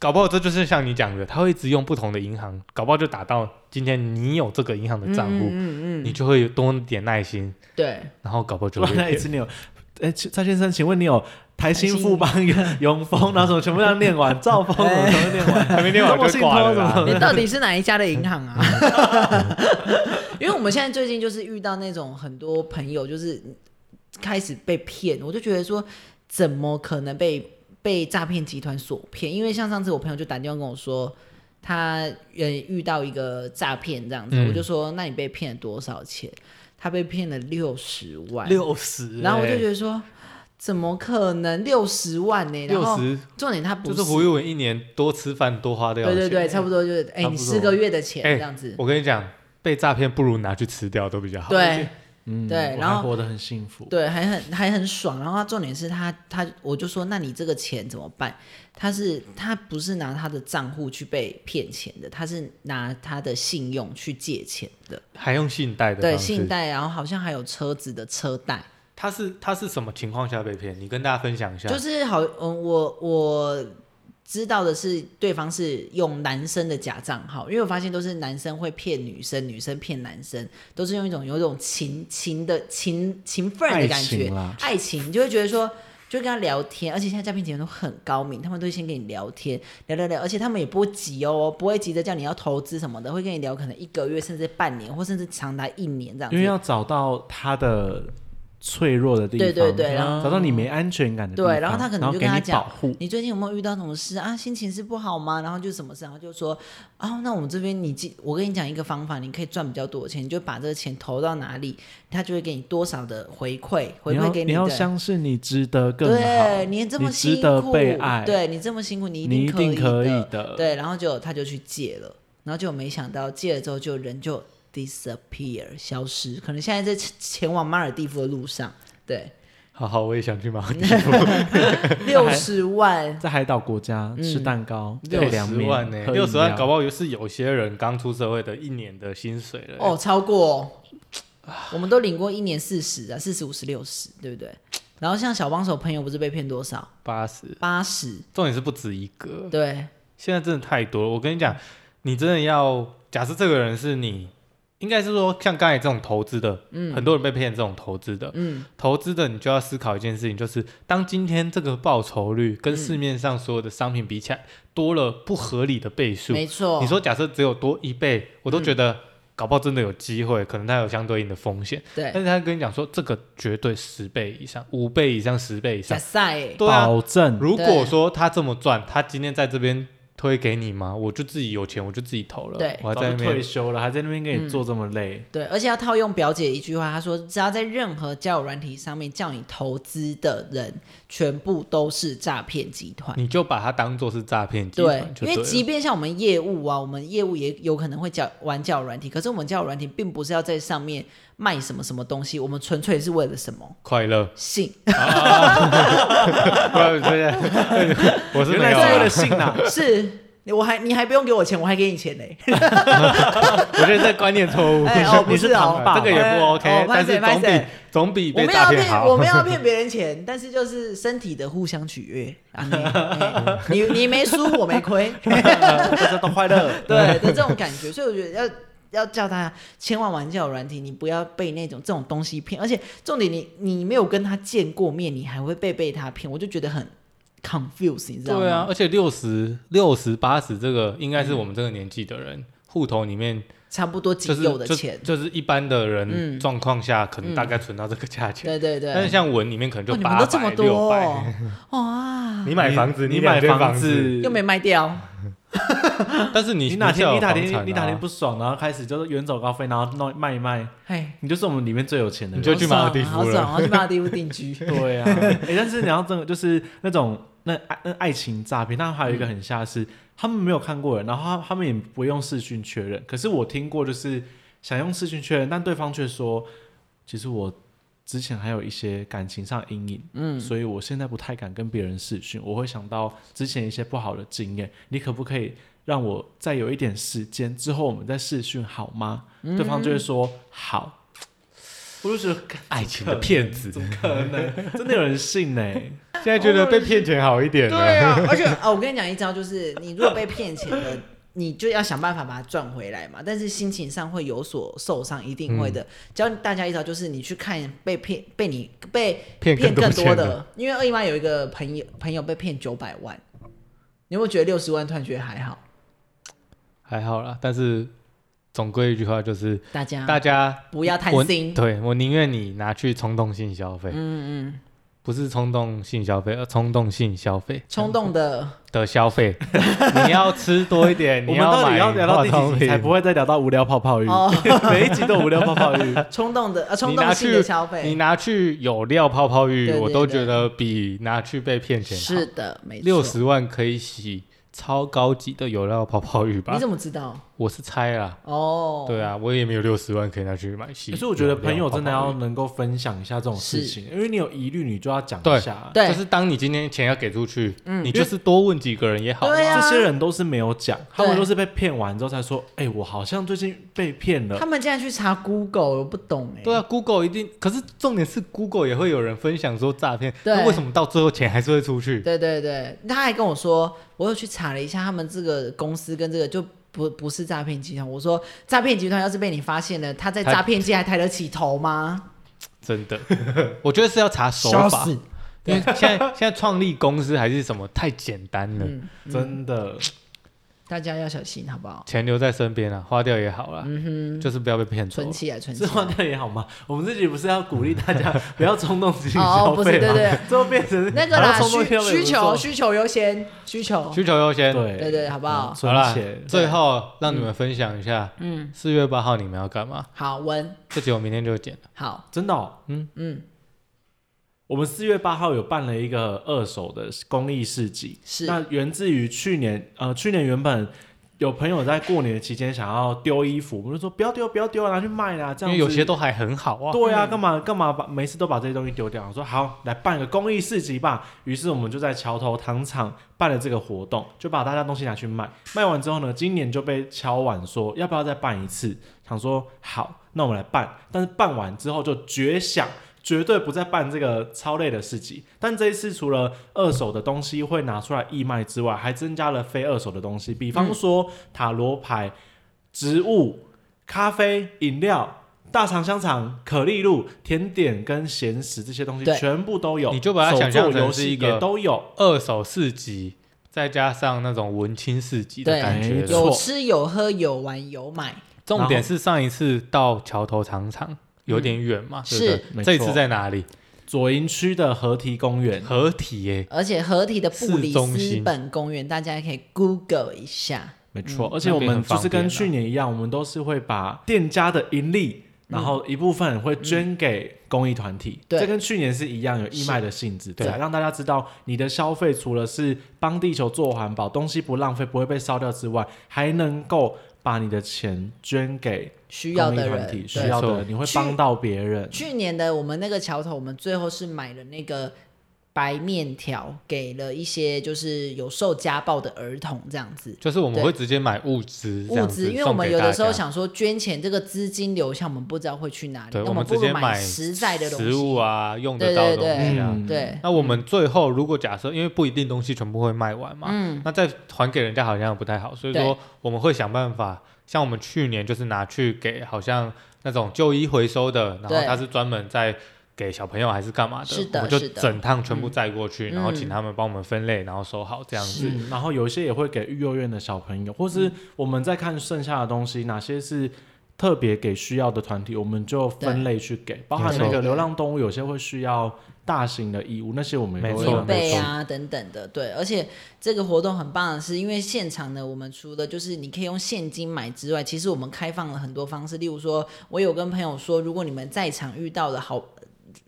[SPEAKER 1] 搞不好这就是像你讲的，他会一直用不同的银行，搞不好就打到今天你有这个银行的账户，
[SPEAKER 2] 嗯嗯
[SPEAKER 1] 你
[SPEAKER 2] 嗯，
[SPEAKER 1] 就会有多一点耐心，
[SPEAKER 2] 对，
[SPEAKER 1] 然后搞不好就
[SPEAKER 3] 不
[SPEAKER 1] 会被
[SPEAKER 3] 然 那一
[SPEAKER 1] 骗。
[SPEAKER 3] 次 你有，哎、蔡先生，请问你有台新富邦、 永丰，然后什么全部这样念完，兆丰什么全部念 完，
[SPEAKER 1] 还没念完就挂了啦
[SPEAKER 3] 那么信托怎 么
[SPEAKER 2] 你到底是哪一家的银行啊？因为我们现在最近就是遇到那种很多朋友就是开始被骗，我就觉得说怎么可能被被诈骗集团所骗？因为像上次我朋友就打电话跟我说。他呃遇到一个诈骗这样子，
[SPEAKER 1] 嗯
[SPEAKER 2] 我就说那你被骗了多少钱？他被骗了六十万，
[SPEAKER 3] 六十、 欸
[SPEAKER 2] 然后我就
[SPEAKER 3] 得
[SPEAKER 2] 觉得说怎么可能六十万呢、然
[SPEAKER 1] 六
[SPEAKER 2] 后
[SPEAKER 1] 十
[SPEAKER 2] 重点他哦不
[SPEAKER 1] 就是胡玉文一年多吃饭多花掉的
[SPEAKER 2] 对
[SPEAKER 1] 钱。
[SPEAKER 2] 对对，差不多就是哎、
[SPEAKER 3] 差不
[SPEAKER 2] 你
[SPEAKER 3] 多
[SPEAKER 2] 四个月的钱
[SPEAKER 1] 哎
[SPEAKER 2] 这样子。
[SPEAKER 1] 我跟你讲，被诈骗不如拿去吃掉都比较好。
[SPEAKER 2] 对，
[SPEAKER 3] 嗯，
[SPEAKER 2] 对
[SPEAKER 3] 我
[SPEAKER 2] 然后
[SPEAKER 3] 还活得很幸福，
[SPEAKER 2] 对，还很还很爽。然后他重点是他他，我就说那你这个钱怎么办？他是他不是拿他的账户去被骗钱的，他是拿他的信用去借钱的，
[SPEAKER 1] 还用信贷的
[SPEAKER 2] 对，
[SPEAKER 1] 方式
[SPEAKER 2] 信贷，然后好像还有车子的车贷，
[SPEAKER 1] 他是他是什么情况下被骗？你跟大家分享一下。
[SPEAKER 2] 就是好，嗯，我我。知道的是，对方是用男生的假账号，因为我发现都是男生会骗女生，女生骗男生，都是用一种有一种情情的情情分的
[SPEAKER 3] 爱
[SPEAKER 2] 感觉
[SPEAKER 3] 情，啦，
[SPEAKER 2] 爱情，你就会觉得说，就会跟他聊天，而且现在诈骗集团都很高明，他们都会先跟你聊天，聊聊聊，而且他们也不会急哦，不会急着叫你要投资什么的，会跟你聊可能一个月，甚至半年，或甚至长达一年这样
[SPEAKER 3] 因为
[SPEAKER 2] 子。
[SPEAKER 3] 要找到他的脆弱的地方，
[SPEAKER 2] 对对对然后
[SPEAKER 3] 找到你没安全感的地方，
[SPEAKER 2] 对然后他可能就
[SPEAKER 3] 给
[SPEAKER 2] 跟
[SPEAKER 3] 你
[SPEAKER 2] 他讲
[SPEAKER 3] 保护，
[SPEAKER 2] 你最近有没有遇到什么事啊？心情是不好吗？然后就什么事，然后就说，哦，那我们这边你记，我跟你讲一个方法，你可以赚比较多的钱，你就把这个钱投到哪里，他就会给你多少的回馈，回
[SPEAKER 3] 你要
[SPEAKER 2] 馈给
[SPEAKER 3] 你
[SPEAKER 2] 的。
[SPEAKER 3] 要相信你值得更好，
[SPEAKER 2] 对你这么辛
[SPEAKER 3] 值得
[SPEAKER 2] 苦，
[SPEAKER 3] 被爱，
[SPEAKER 2] 对你这么辛苦，你
[SPEAKER 3] 你一定可以
[SPEAKER 2] 的。
[SPEAKER 3] 的，
[SPEAKER 2] 对，然后就他就去借了，然后就没想到借了之后就人就 disappear 消失，可能现在在前往马尔蒂夫的路上。 对，
[SPEAKER 1] 好好，我也想去马 尔地夫
[SPEAKER 2] 六十万，
[SPEAKER 3] 在海岛国家
[SPEAKER 2] 嗯
[SPEAKER 3] 吃蛋糕，
[SPEAKER 1] 六
[SPEAKER 3] 配凉
[SPEAKER 1] 十
[SPEAKER 3] 面
[SPEAKER 2] 欸
[SPEAKER 3] 啊
[SPEAKER 1] 万呢、欸
[SPEAKER 3] 喝饮料
[SPEAKER 1] 六十万搞不好是有些人刚出社会的一年的薪水了、欸
[SPEAKER 2] 哦，超过，哦我们都领过一年四十啊，四十五十六十，对不对？然后像小帮手朋友不是被骗多少？
[SPEAKER 1] 八十，
[SPEAKER 2] 八十，
[SPEAKER 1] 重点是不止一个，
[SPEAKER 2] 对，
[SPEAKER 1] 现在真的太多了。我跟你讲，你真的要假设这个人是你，应该是说像刚才这种投资的，很多人被骗这种投资的，
[SPEAKER 2] 嗯，
[SPEAKER 1] 投资的你就要思考一件事情，就是当今天这个报酬率跟市面上所有的商品比起来，多了不合理的倍数。
[SPEAKER 2] 没错。
[SPEAKER 1] 你说假设只有多一倍，我都觉得搞不好真的有机会，可能它有相对应的风险。
[SPEAKER 2] 对
[SPEAKER 1] 但，是他跟你讲说，这个绝对十倍以上、五倍以上、十倍以
[SPEAKER 2] 假
[SPEAKER 1] 上。
[SPEAKER 2] 赛欸，
[SPEAKER 1] 对啊，
[SPEAKER 3] 保证
[SPEAKER 1] 如果说他这么赚，他今天在这边推给你吗？我就自己有钱，我就自己投了。
[SPEAKER 2] 对
[SPEAKER 1] 我还
[SPEAKER 3] 早
[SPEAKER 1] 在
[SPEAKER 3] 就
[SPEAKER 1] 那
[SPEAKER 3] 退
[SPEAKER 1] 边。
[SPEAKER 3] 休了，还在那边给你做这么累，
[SPEAKER 2] 对，而且要套用表姐一句话，她说：“只要在任何交友软体上面叫你投资的人，全部都是诈骗集团。
[SPEAKER 1] 你就把它当做是诈骗”集
[SPEAKER 2] 对
[SPEAKER 1] 团，就
[SPEAKER 2] 因为
[SPEAKER 1] 了
[SPEAKER 2] 即便像我们业务啊，我们业务也有可能会交玩交友软体，可是我们交友软体并不是要在上面卖什么什么东西，我们纯粹是为了什么。
[SPEAKER 1] 快乐
[SPEAKER 2] 性
[SPEAKER 1] 不然对对，我是
[SPEAKER 3] 原
[SPEAKER 1] 没
[SPEAKER 3] 来
[SPEAKER 1] 有
[SPEAKER 3] 是为了
[SPEAKER 1] 啊。
[SPEAKER 3] 信啊，
[SPEAKER 2] 是。我还你还不用给我钱，我还给你钱嘞！
[SPEAKER 1] 我觉得这观念错误。
[SPEAKER 2] 哎哦不
[SPEAKER 1] 你
[SPEAKER 2] 是哦
[SPEAKER 1] 唐 爸这个也
[SPEAKER 2] 哎
[SPEAKER 1] 不 OK，
[SPEAKER 2] 哦
[SPEAKER 1] 但
[SPEAKER 2] 拍
[SPEAKER 1] 是总
[SPEAKER 2] 谁拍
[SPEAKER 1] 比
[SPEAKER 2] 谁
[SPEAKER 1] 总比
[SPEAKER 2] 我
[SPEAKER 1] 被
[SPEAKER 2] 们要
[SPEAKER 1] 诈骗
[SPEAKER 2] 骗我
[SPEAKER 1] 好
[SPEAKER 2] 们。要骗别人钱，但是就是身体的互相取悦啊！你哎你你没输，我 没亏。。
[SPEAKER 3] 大家都快乐
[SPEAKER 2] 对的这种感觉，所以我觉得要要叫大家千万玩交友软体，你不要被那种这种东西骗，而且重点你你没有跟他见过面，你还会被被他骗，我就觉得很 confuse，你知道吗？嗯
[SPEAKER 1] 对啊，，而且六十六十八十这个应该是我们这个年纪的人户头里面
[SPEAKER 2] 差不多
[SPEAKER 1] 就
[SPEAKER 2] 仅
[SPEAKER 1] 是
[SPEAKER 2] 有的
[SPEAKER 1] 就
[SPEAKER 2] 钱，
[SPEAKER 1] 就是一般的人
[SPEAKER 2] 嗯
[SPEAKER 1] 状况下可能大概存到这个价钱。
[SPEAKER 2] 对对对。
[SPEAKER 1] 但是像文里面可能就
[SPEAKER 2] 哦，你们
[SPEAKER 1] 八
[SPEAKER 2] 都这么
[SPEAKER 1] 百
[SPEAKER 2] 多、
[SPEAKER 1] 六
[SPEAKER 2] 哦
[SPEAKER 1] 百，
[SPEAKER 2] 哇，
[SPEAKER 1] 你买房子，
[SPEAKER 3] 你
[SPEAKER 1] 两
[SPEAKER 3] 买
[SPEAKER 1] 间
[SPEAKER 3] 房
[SPEAKER 1] 子，
[SPEAKER 3] 子
[SPEAKER 2] 又没卖掉，
[SPEAKER 1] 但是你
[SPEAKER 3] 你哪天
[SPEAKER 1] 你
[SPEAKER 3] 你哪
[SPEAKER 1] 哪天啊
[SPEAKER 3] 天你哪天不爽，然后开始就是远走高飞，然后弄卖一卖，
[SPEAKER 2] 哎，
[SPEAKER 3] 你就是我们里面最有钱的
[SPEAKER 1] 你
[SPEAKER 3] 人。。
[SPEAKER 1] 就去马尔地
[SPEAKER 2] 好
[SPEAKER 1] 夫
[SPEAKER 2] 爽
[SPEAKER 1] 了
[SPEAKER 2] 啊，好爽我去马尔地夫 定居
[SPEAKER 3] 对啊， 哎，但是你要真的就是那种那爱那爱情诈骗，那还有一个很吓是，他们没有看过人，然后他他们也不用视讯确认。可是我听过就是想用视讯确认，但对方却说，其实我之前还有一些感情上阴影，嗯，所以我现在不太敢跟别人视讯，我会想到之前一些不好的经验，你可不可以？让我再有一点时间之后，我们再视讯好吗？对方就会说好。嗯我就觉得
[SPEAKER 1] 爱情的骗子，
[SPEAKER 3] 怎么可能？真的有人信 呢、
[SPEAKER 1] 现在觉得被骗钱好一点了。
[SPEAKER 2] 对啊，而且哦，我跟你讲一招，就是你如果被骗钱的， 你就要想办法把它赚回来嘛。但是心情上会有所受伤，一定
[SPEAKER 1] 嗯
[SPEAKER 2] 会的。教大家一招，就是你去看被骗、被你被
[SPEAKER 1] 骗
[SPEAKER 2] 骗更多
[SPEAKER 1] 钱，
[SPEAKER 2] 的，因为二姨妈有一个朋友朋友被骗九百万，你会觉得六十万突然觉得还好？
[SPEAKER 1] 还好啦。但是总归一句话就是，
[SPEAKER 2] 大家
[SPEAKER 1] 大家
[SPEAKER 2] 不要贪
[SPEAKER 1] 我
[SPEAKER 2] 心，
[SPEAKER 1] 对我宁愿你拿去冲动性消费，
[SPEAKER 2] 嗯嗯，
[SPEAKER 1] 不是冲动性消费，而呃冲动性消费
[SPEAKER 2] 冲动的
[SPEAKER 1] 的消费，你要吃多一 点，
[SPEAKER 3] 我
[SPEAKER 1] 你
[SPEAKER 3] 们到底要
[SPEAKER 1] 买
[SPEAKER 3] 聊到
[SPEAKER 1] 化
[SPEAKER 3] 第
[SPEAKER 1] 妆
[SPEAKER 3] 几集
[SPEAKER 1] 品
[SPEAKER 3] 才，不会再聊到无聊泡泡浴？
[SPEAKER 2] 哦，
[SPEAKER 3] 每一集都无聊泡泡 浴。
[SPEAKER 2] 冲动的呃，冲
[SPEAKER 1] 你拿
[SPEAKER 2] 动性的
[SPEAKER 1] 去
[SPEAKER 2] 消
[SPEAKER 1] 你
[SPEAKER 2] 费
[SPEAKER 1] 拿去有料泡泡浴，
[SPEAKER 2] 对对
[SPEAKER 1] 我都
[SPEAKER 2] 对
[SPEAKER 1] 觉得比拿去被骗钱好。
[SPEAKER 2] 是的，没错，
[SPEAKER 1] 六十万可以洗超高级的有料泡泡浴吧
[SPEAKER 2] 你？怎么知道？
[SPEAKER 1] 我是猜啦，
[SPEAKER 2] 哦，
[SPEAKER 1] 对，啊，我也没有六十万可以拿去买戏。
[SPEAKER 3] 可是我觉得朋友真的
[SPEAKER 1] 有料
[SPEAKER 3] 要
[SPEAKER 1] 泡泡浴
[SPEAKER 3] 能够分享一下这种事
[SPEAKER 2] 是
[SPEAKER 3] 情，因为你有疑虑，你就要讲
[SPEAKER 1] 对
[SPEAKER 3] 一下。
[SPEAKER 2] 对
[SPEAKER 1] 就是当你今天钱要给出去，
[SPEAKER 2] 嗯
[SPEAKER 1] 你就是多问几个人也好啊。
[SPEAKER 2] 对啊
[SPEAKER 3] 这些人都是没有讲，他们
[SPEAKER 2] 对
[SPEAKER 3] 都是被骗完之后才说：“哎、我好像最近被骗了。
[SPEAKER 2] 他们竟然去查 Google，我不懂哎、
[SPEAKER 1] 对啊，Google 一定，可是重点是 Google 也会有人分享说诈骗，
[SPEAKER 2] 对
[SPEAKER 1] 那为什么到最后钱还是会出去？
[SPEAKER 2] 对对对，他还跟我说，我有去查了一下，他们这个公司跟这个就不不是诈骗集团。我说，诈骗集团要是被你发现了，他在
[SPEAKER 1] 他
[SPEAKER 2] 诈骗界还抬得起头吗？
[SPEAKER 1] 真的， 我觉得是要查手
[SPEAKER 2] 笑
[SPEAKER 1] 法，
[SPEAKER 2] 死！
[SPEAKER 1] 因为现在现在创立公司还是什么太简单了，
[SPEAKER 2] 嗯，
[SPEAKER 3] 真的，
[SPEAKER 2] 大家要小心，好不好？
[SPEAKER 1] 钱留在身边啊，花掉也好啦，
[SPEAKER 2] 嗯
[SPEAKER 1] 就是不要被骗
[SPEAKER 2] 哼，
[SPEAKER 1] 走
[SPEAKER 2] 存。起来，存起
[SPEAKER 3] 这
[SPEAKER 2] 来。
[SPEAKER 3] 换掉也好嘛。 我们自己不是要鼓励 大家不要冲动自己
[SPEAKER 2] 哦
[SPEAKER 3] 消
[SPEAKER 2] 不是
[SPEAKER 3] 费嘛？
[SPEAKER 2] 对对，
[SPEAKER 3] 最后变成
[SPEAKER 2] 那个
[SPEAKER 3] 好像
[SPEAKER 2] 啦，
[SPEAKER 3] 冲动
[SPEAKER 2] 需
[SPEAKER 3] 消费
[SPEAKER 2] 需
[SPEAKER 3] 不
[SPEAKER 2] 求
[SPEAKER 3] 错
[SPEAKER 2] 需求优先，需求
[SPEAKER 1] 需求优先，
[SPEAKER 3] 对
[SPEAKER 2] 对对好不好
[SPEAKER 3] 嗯
[SPEAKER 1] 好啦
[SPEAKER 3] 存钱，
[SPEAKER 1] 最后让你们分享一下，嗯，四月八号你们要干嘛？
[SPEAKER 2] 好文
[SPEAKER 1] 这集我明天就剪了，
[SPEAKER 2] 好，
[SPEAKER 3] 真的哦、
[SPEAKER 2] 嗯，
[SPEAKER 3] 我们四月八号有办了一个二手的公益市集，
[SPEAKER 2] 是
[SPEAKER 3] 那源自于去年，呃，去年原本有朋友在过年的期间想要丢衣服，我们就说不要丢，不要丢啊，拿去卖啦、这
[SPEAKER 1] 因为
[SPEAKER 3] 样子
[SPEAKER 1] 有些都还很好啊。
[SPEAKER 3] 对啊，
[SPEAKER 2] 嗯
[SPEAKER 3] 干嘛干嘛把每次都把这些东西丢掉？我说好，来办个公益市集吧。于是我们就在桥头糖厂办了这个活动，就把大家东西拿去卖。卖完之后呢，今年就被敲碗说要不要再办一次，想说好，那我们来办。但是办完之后就绝响。绝对不再办这个超累的市集，但这一次除了二手的东西会拿出来义卖之外，还增加了非二手的东西，比方说塔罗牌、植物、咖啡、饮料、大肠、香肠、可丽露、甜点跟咸食这些东西
[SPEAKER 2] 对
[SPEAKER 3] 全部都有，
[SPEAKER 1] 你就把它想象
[SPEAKER 3] 手作游
[SPEAKER 1] 成是
[SPEAKER 3] 戏
[SPEAKER 1] 一个
[SPEAKER 3] 也都有。
[SPEAKER 1] 二手市集，再加上那种文青市集的
[SPEAKER 2] 对
[SPEAKER 1] 感觉
[SPEAKER 3] 没
[SPEAKER 1] 了。
[SPEAKER 3] 错
[SPEAKER 2] 有吃有喝有玩有买，
[SPEAKER 1] 重点是上一次到桥头厂场有点远嘛，
[SPEAKER 2] 嗯
[SPEAKER 1] 对不
[SPEAKER 2] 是
[SPEAKER 1] 对
[SPEAKER 3] 没错
[SPEAKER 1] 这一次在哪里？
[SPEAKER 3] 左营区的河堤公园，
[SPEAKER 1] 合体耶、
[SPEAKER 2] 而且合体的布里
[SPEAKER 1] 市中
[SPEAKER 2] 斯
[SPEAKER 1] 心
[SPEAKER 2] 本公园，大家也可以 Google 一下。
[SPEAKER 3] 没错。
[SPEAKER 1] 嗯
[SPEAKER 3] 而且我
[SPEAKER 1] 那边很
[SPEAKER 3] 们就
[SPEAKER 1] 方
[SPEAKER 3] 是
[SPEAKER 1] 便
[SPEAKER 3] 跟去年一样，我们都是会把店家的盈利。然后一部分会捐给公益团体，
[SPEAKER 2] 对
[SPEAKER 3] 这跟去年是一样，有义卖的性质，对啊，
[SPEAKER 1] 对
[SPEAKER 3] 让大家知道你的消费除了是帮地球做环保，东西不浪费，不会被烧掉之外，还能够把你的钱捐给
[SPEAKER 2] 需要
[SPEAKER 3] 公
[SPEAKER 2] 的
[SPEAKER 3] 益团体
[SPEAKER 2] 人，
[SPEAKER 3] 需
[SPEAKER 2] 对。
[SPEAKER 3] 要的
[SPEAKER 1] 没错
[SPEAKER 3] 人，你会
[SPEAKER 2] 去
[SPEAKER 3] 帮到别人。
[SPEAKER 2] 去年的我们那个桥头，我们最后是买了那个白面条，给了一些就是有受家暴的儿童这样子。
[SPEAKER 1] 就是我们
[SPEAKER 2] 对
[SPEAKER 1] 会直接买物资这
[SPEAKER 2] 物
[SPEAKER 1] 样子，
[SPEAKER 2] 资，因为我们有的时候，想说捐钱，这个资金流向我们不知道会去哪里，
[SPEAKER 1] 对
[SPEAKER 2] 那
[SPEAKER 1] 我们
[SPEAKER 2] 不
[SPEAKER 1] 直接
[SPEAKER 2] 如买
[SPEAKER 1] 买
[SPEAKER 2] 实在的东西。
[SPEAKER 1] 食物啊，用得到的东
[SPEAKER 2] 对
[SPEAKER 1] 西啊。
[SPEAKER 3] 嗯
[SPEAKER 2] 对，
[SPEAKER 1] 那我们最后如果假设，因为不一定东西全部会卖完嘛，
[SPEAKER 2] 嗯，
[SPEAKER 1] 那再还给人家好像不太好，所以
[SPEAKER 2] 对
[SPEAKER 1] 说我们会想办法，像我们去年就是拿去给好像那种旧衣回收的，然后
[SPEAKER 2] 对
[SPEAKER 1] 他是专门在给小朋友还是干嘛的，
[SPEAKER 2] 是的
[SPEAKER 1] 我们就是
[SPEAKER 2] 的
[SPEAKER 1] 整趟全部载过去，
[SPEAKER 2] 嗯
[SPEAKER 1] 然后请他们帮我们分类，然后收好这样子。
[SPEAKER 3] 嗯，然后有一些也会给育幼院的小朋友，或
[SPEAKER 1] 嗯
[SPEAKER 3] 是我们在看剩下的东西，哪些是特别给需要的团体，我们就分类去给，包含
[SPEAKER 1] 没错
[SPEAKER 3] 那个流浪动物，有些会需要大型的衣物，那些我们也都
[SPEAKER 1] 没
[SPEAKER 3] 会
[SPEAKER 1] 错
[SPEAKER 3] 让
[SPEAKER 2] 棉
[SPEAKER 3] 他们
[SPEAKER 2] 被
[SPEAKER 3] 去
[SPEAKER 2] 啊等等的，对，而且这个活动很棒的是，因为现场呢，我们除了就是你可以用现金买之外，其实我们开放了很多方式，例如说，我有跟朋友说，如果你们在场遇到了好。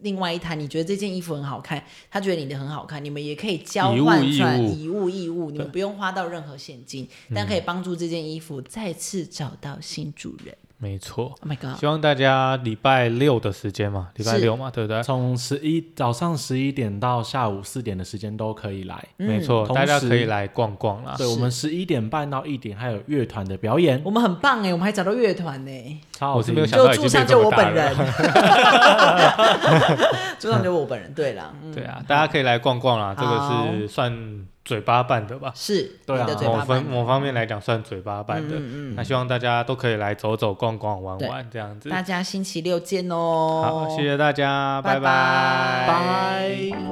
[SPEAKER 2] 另外一摊，你觉得这件衣服很好看，他觉得你的很好看，你们也可以交
[SPEAKER 1] 以物
[SPEAKER 2] 换
[SPEAKER 1] 易
[SPEAKER 2] 出来
[SPEAKER 1] 物
[SPEAKER 2] 以物易物，你们不用花到任何现金，
[SPEAKER 1] 嗯
[SPEAKER 2] 但可以帮助这件衣服再次找到新主人。
[SPEAKER 1] 没错，
[SPEAKER 2] Oh my god！
[SPEAKER 1] 希望大家礼拜六的时间嘛，礼拜
[SPEAKER 2] 是
[SPEAKER 1] 六嘛，对不对？
[SPEAKER 3] 从十一早上十一点到下午四点的时间都可以来。
[SPEAKER 1] 没错，
[SPEAKER 3] 同
[SPEAKER 1] 大家可以
[SPEAKER 3] 时
[SPEAKER 1] 来逛逛啦。
[SPEAKER 3] 对，我们十一点半到一点还有乐团的表演，
[SPEAKER 2] 我们很棒哎，我们还找到乐团欸呢。
[SPEAKER 3] 超好
[SPEAKER 1] 我
[SPEAKER 3] 听
[SPEAKER 1] 是没有想
[SPEAKER 2] 就
[SPEAKER 1] 到已
[SPEAKER 2] 住
[SPEAKER 1] 经
[SPEAKER 2] 上
[SPEAKER 1] 变
[SPEAKER 2] 就
[SPEAKER 1] 这
[SPEAKER 2] 我
[SPEAKER 1] 么大
[SPEAKER 2] 本
[SPEAKER 1] 了
[SPEAKER 2] 人。，住上就我本人。对啦，嗯，
[SPEAKER 1] 对啊，大家可以来逛逛啦，这
[SPEAKER 2] 好
[SPEAKER 1] 个是算嘴巴办的吧？
[SPEAKER 2] 是
[SPEAKER 3] 对啊
[SPEAKER 2] 你的嘴
[SPEAKER 1] 某
[SPEAKER 2] 巴
[SPEAKER 1] 方
[SPEAKER 2] 版
[SPEAKER 1] 某方面来讲，算嘴巴办的。
[SPEAKER 2] 嗯嗯
[SPEAKER 1] 那希望大家都可以来走走逛逛玩玩这样子
[SPEAKER 2] 嗯，。大家星期六见哦。
[SPEAKER 1] 好，谢谢大家，
[SPEAKER 2] 拜
[SPEAKER 1] 拜
[SPEAKER 2] 拜
[SPEAKER 3] 拜。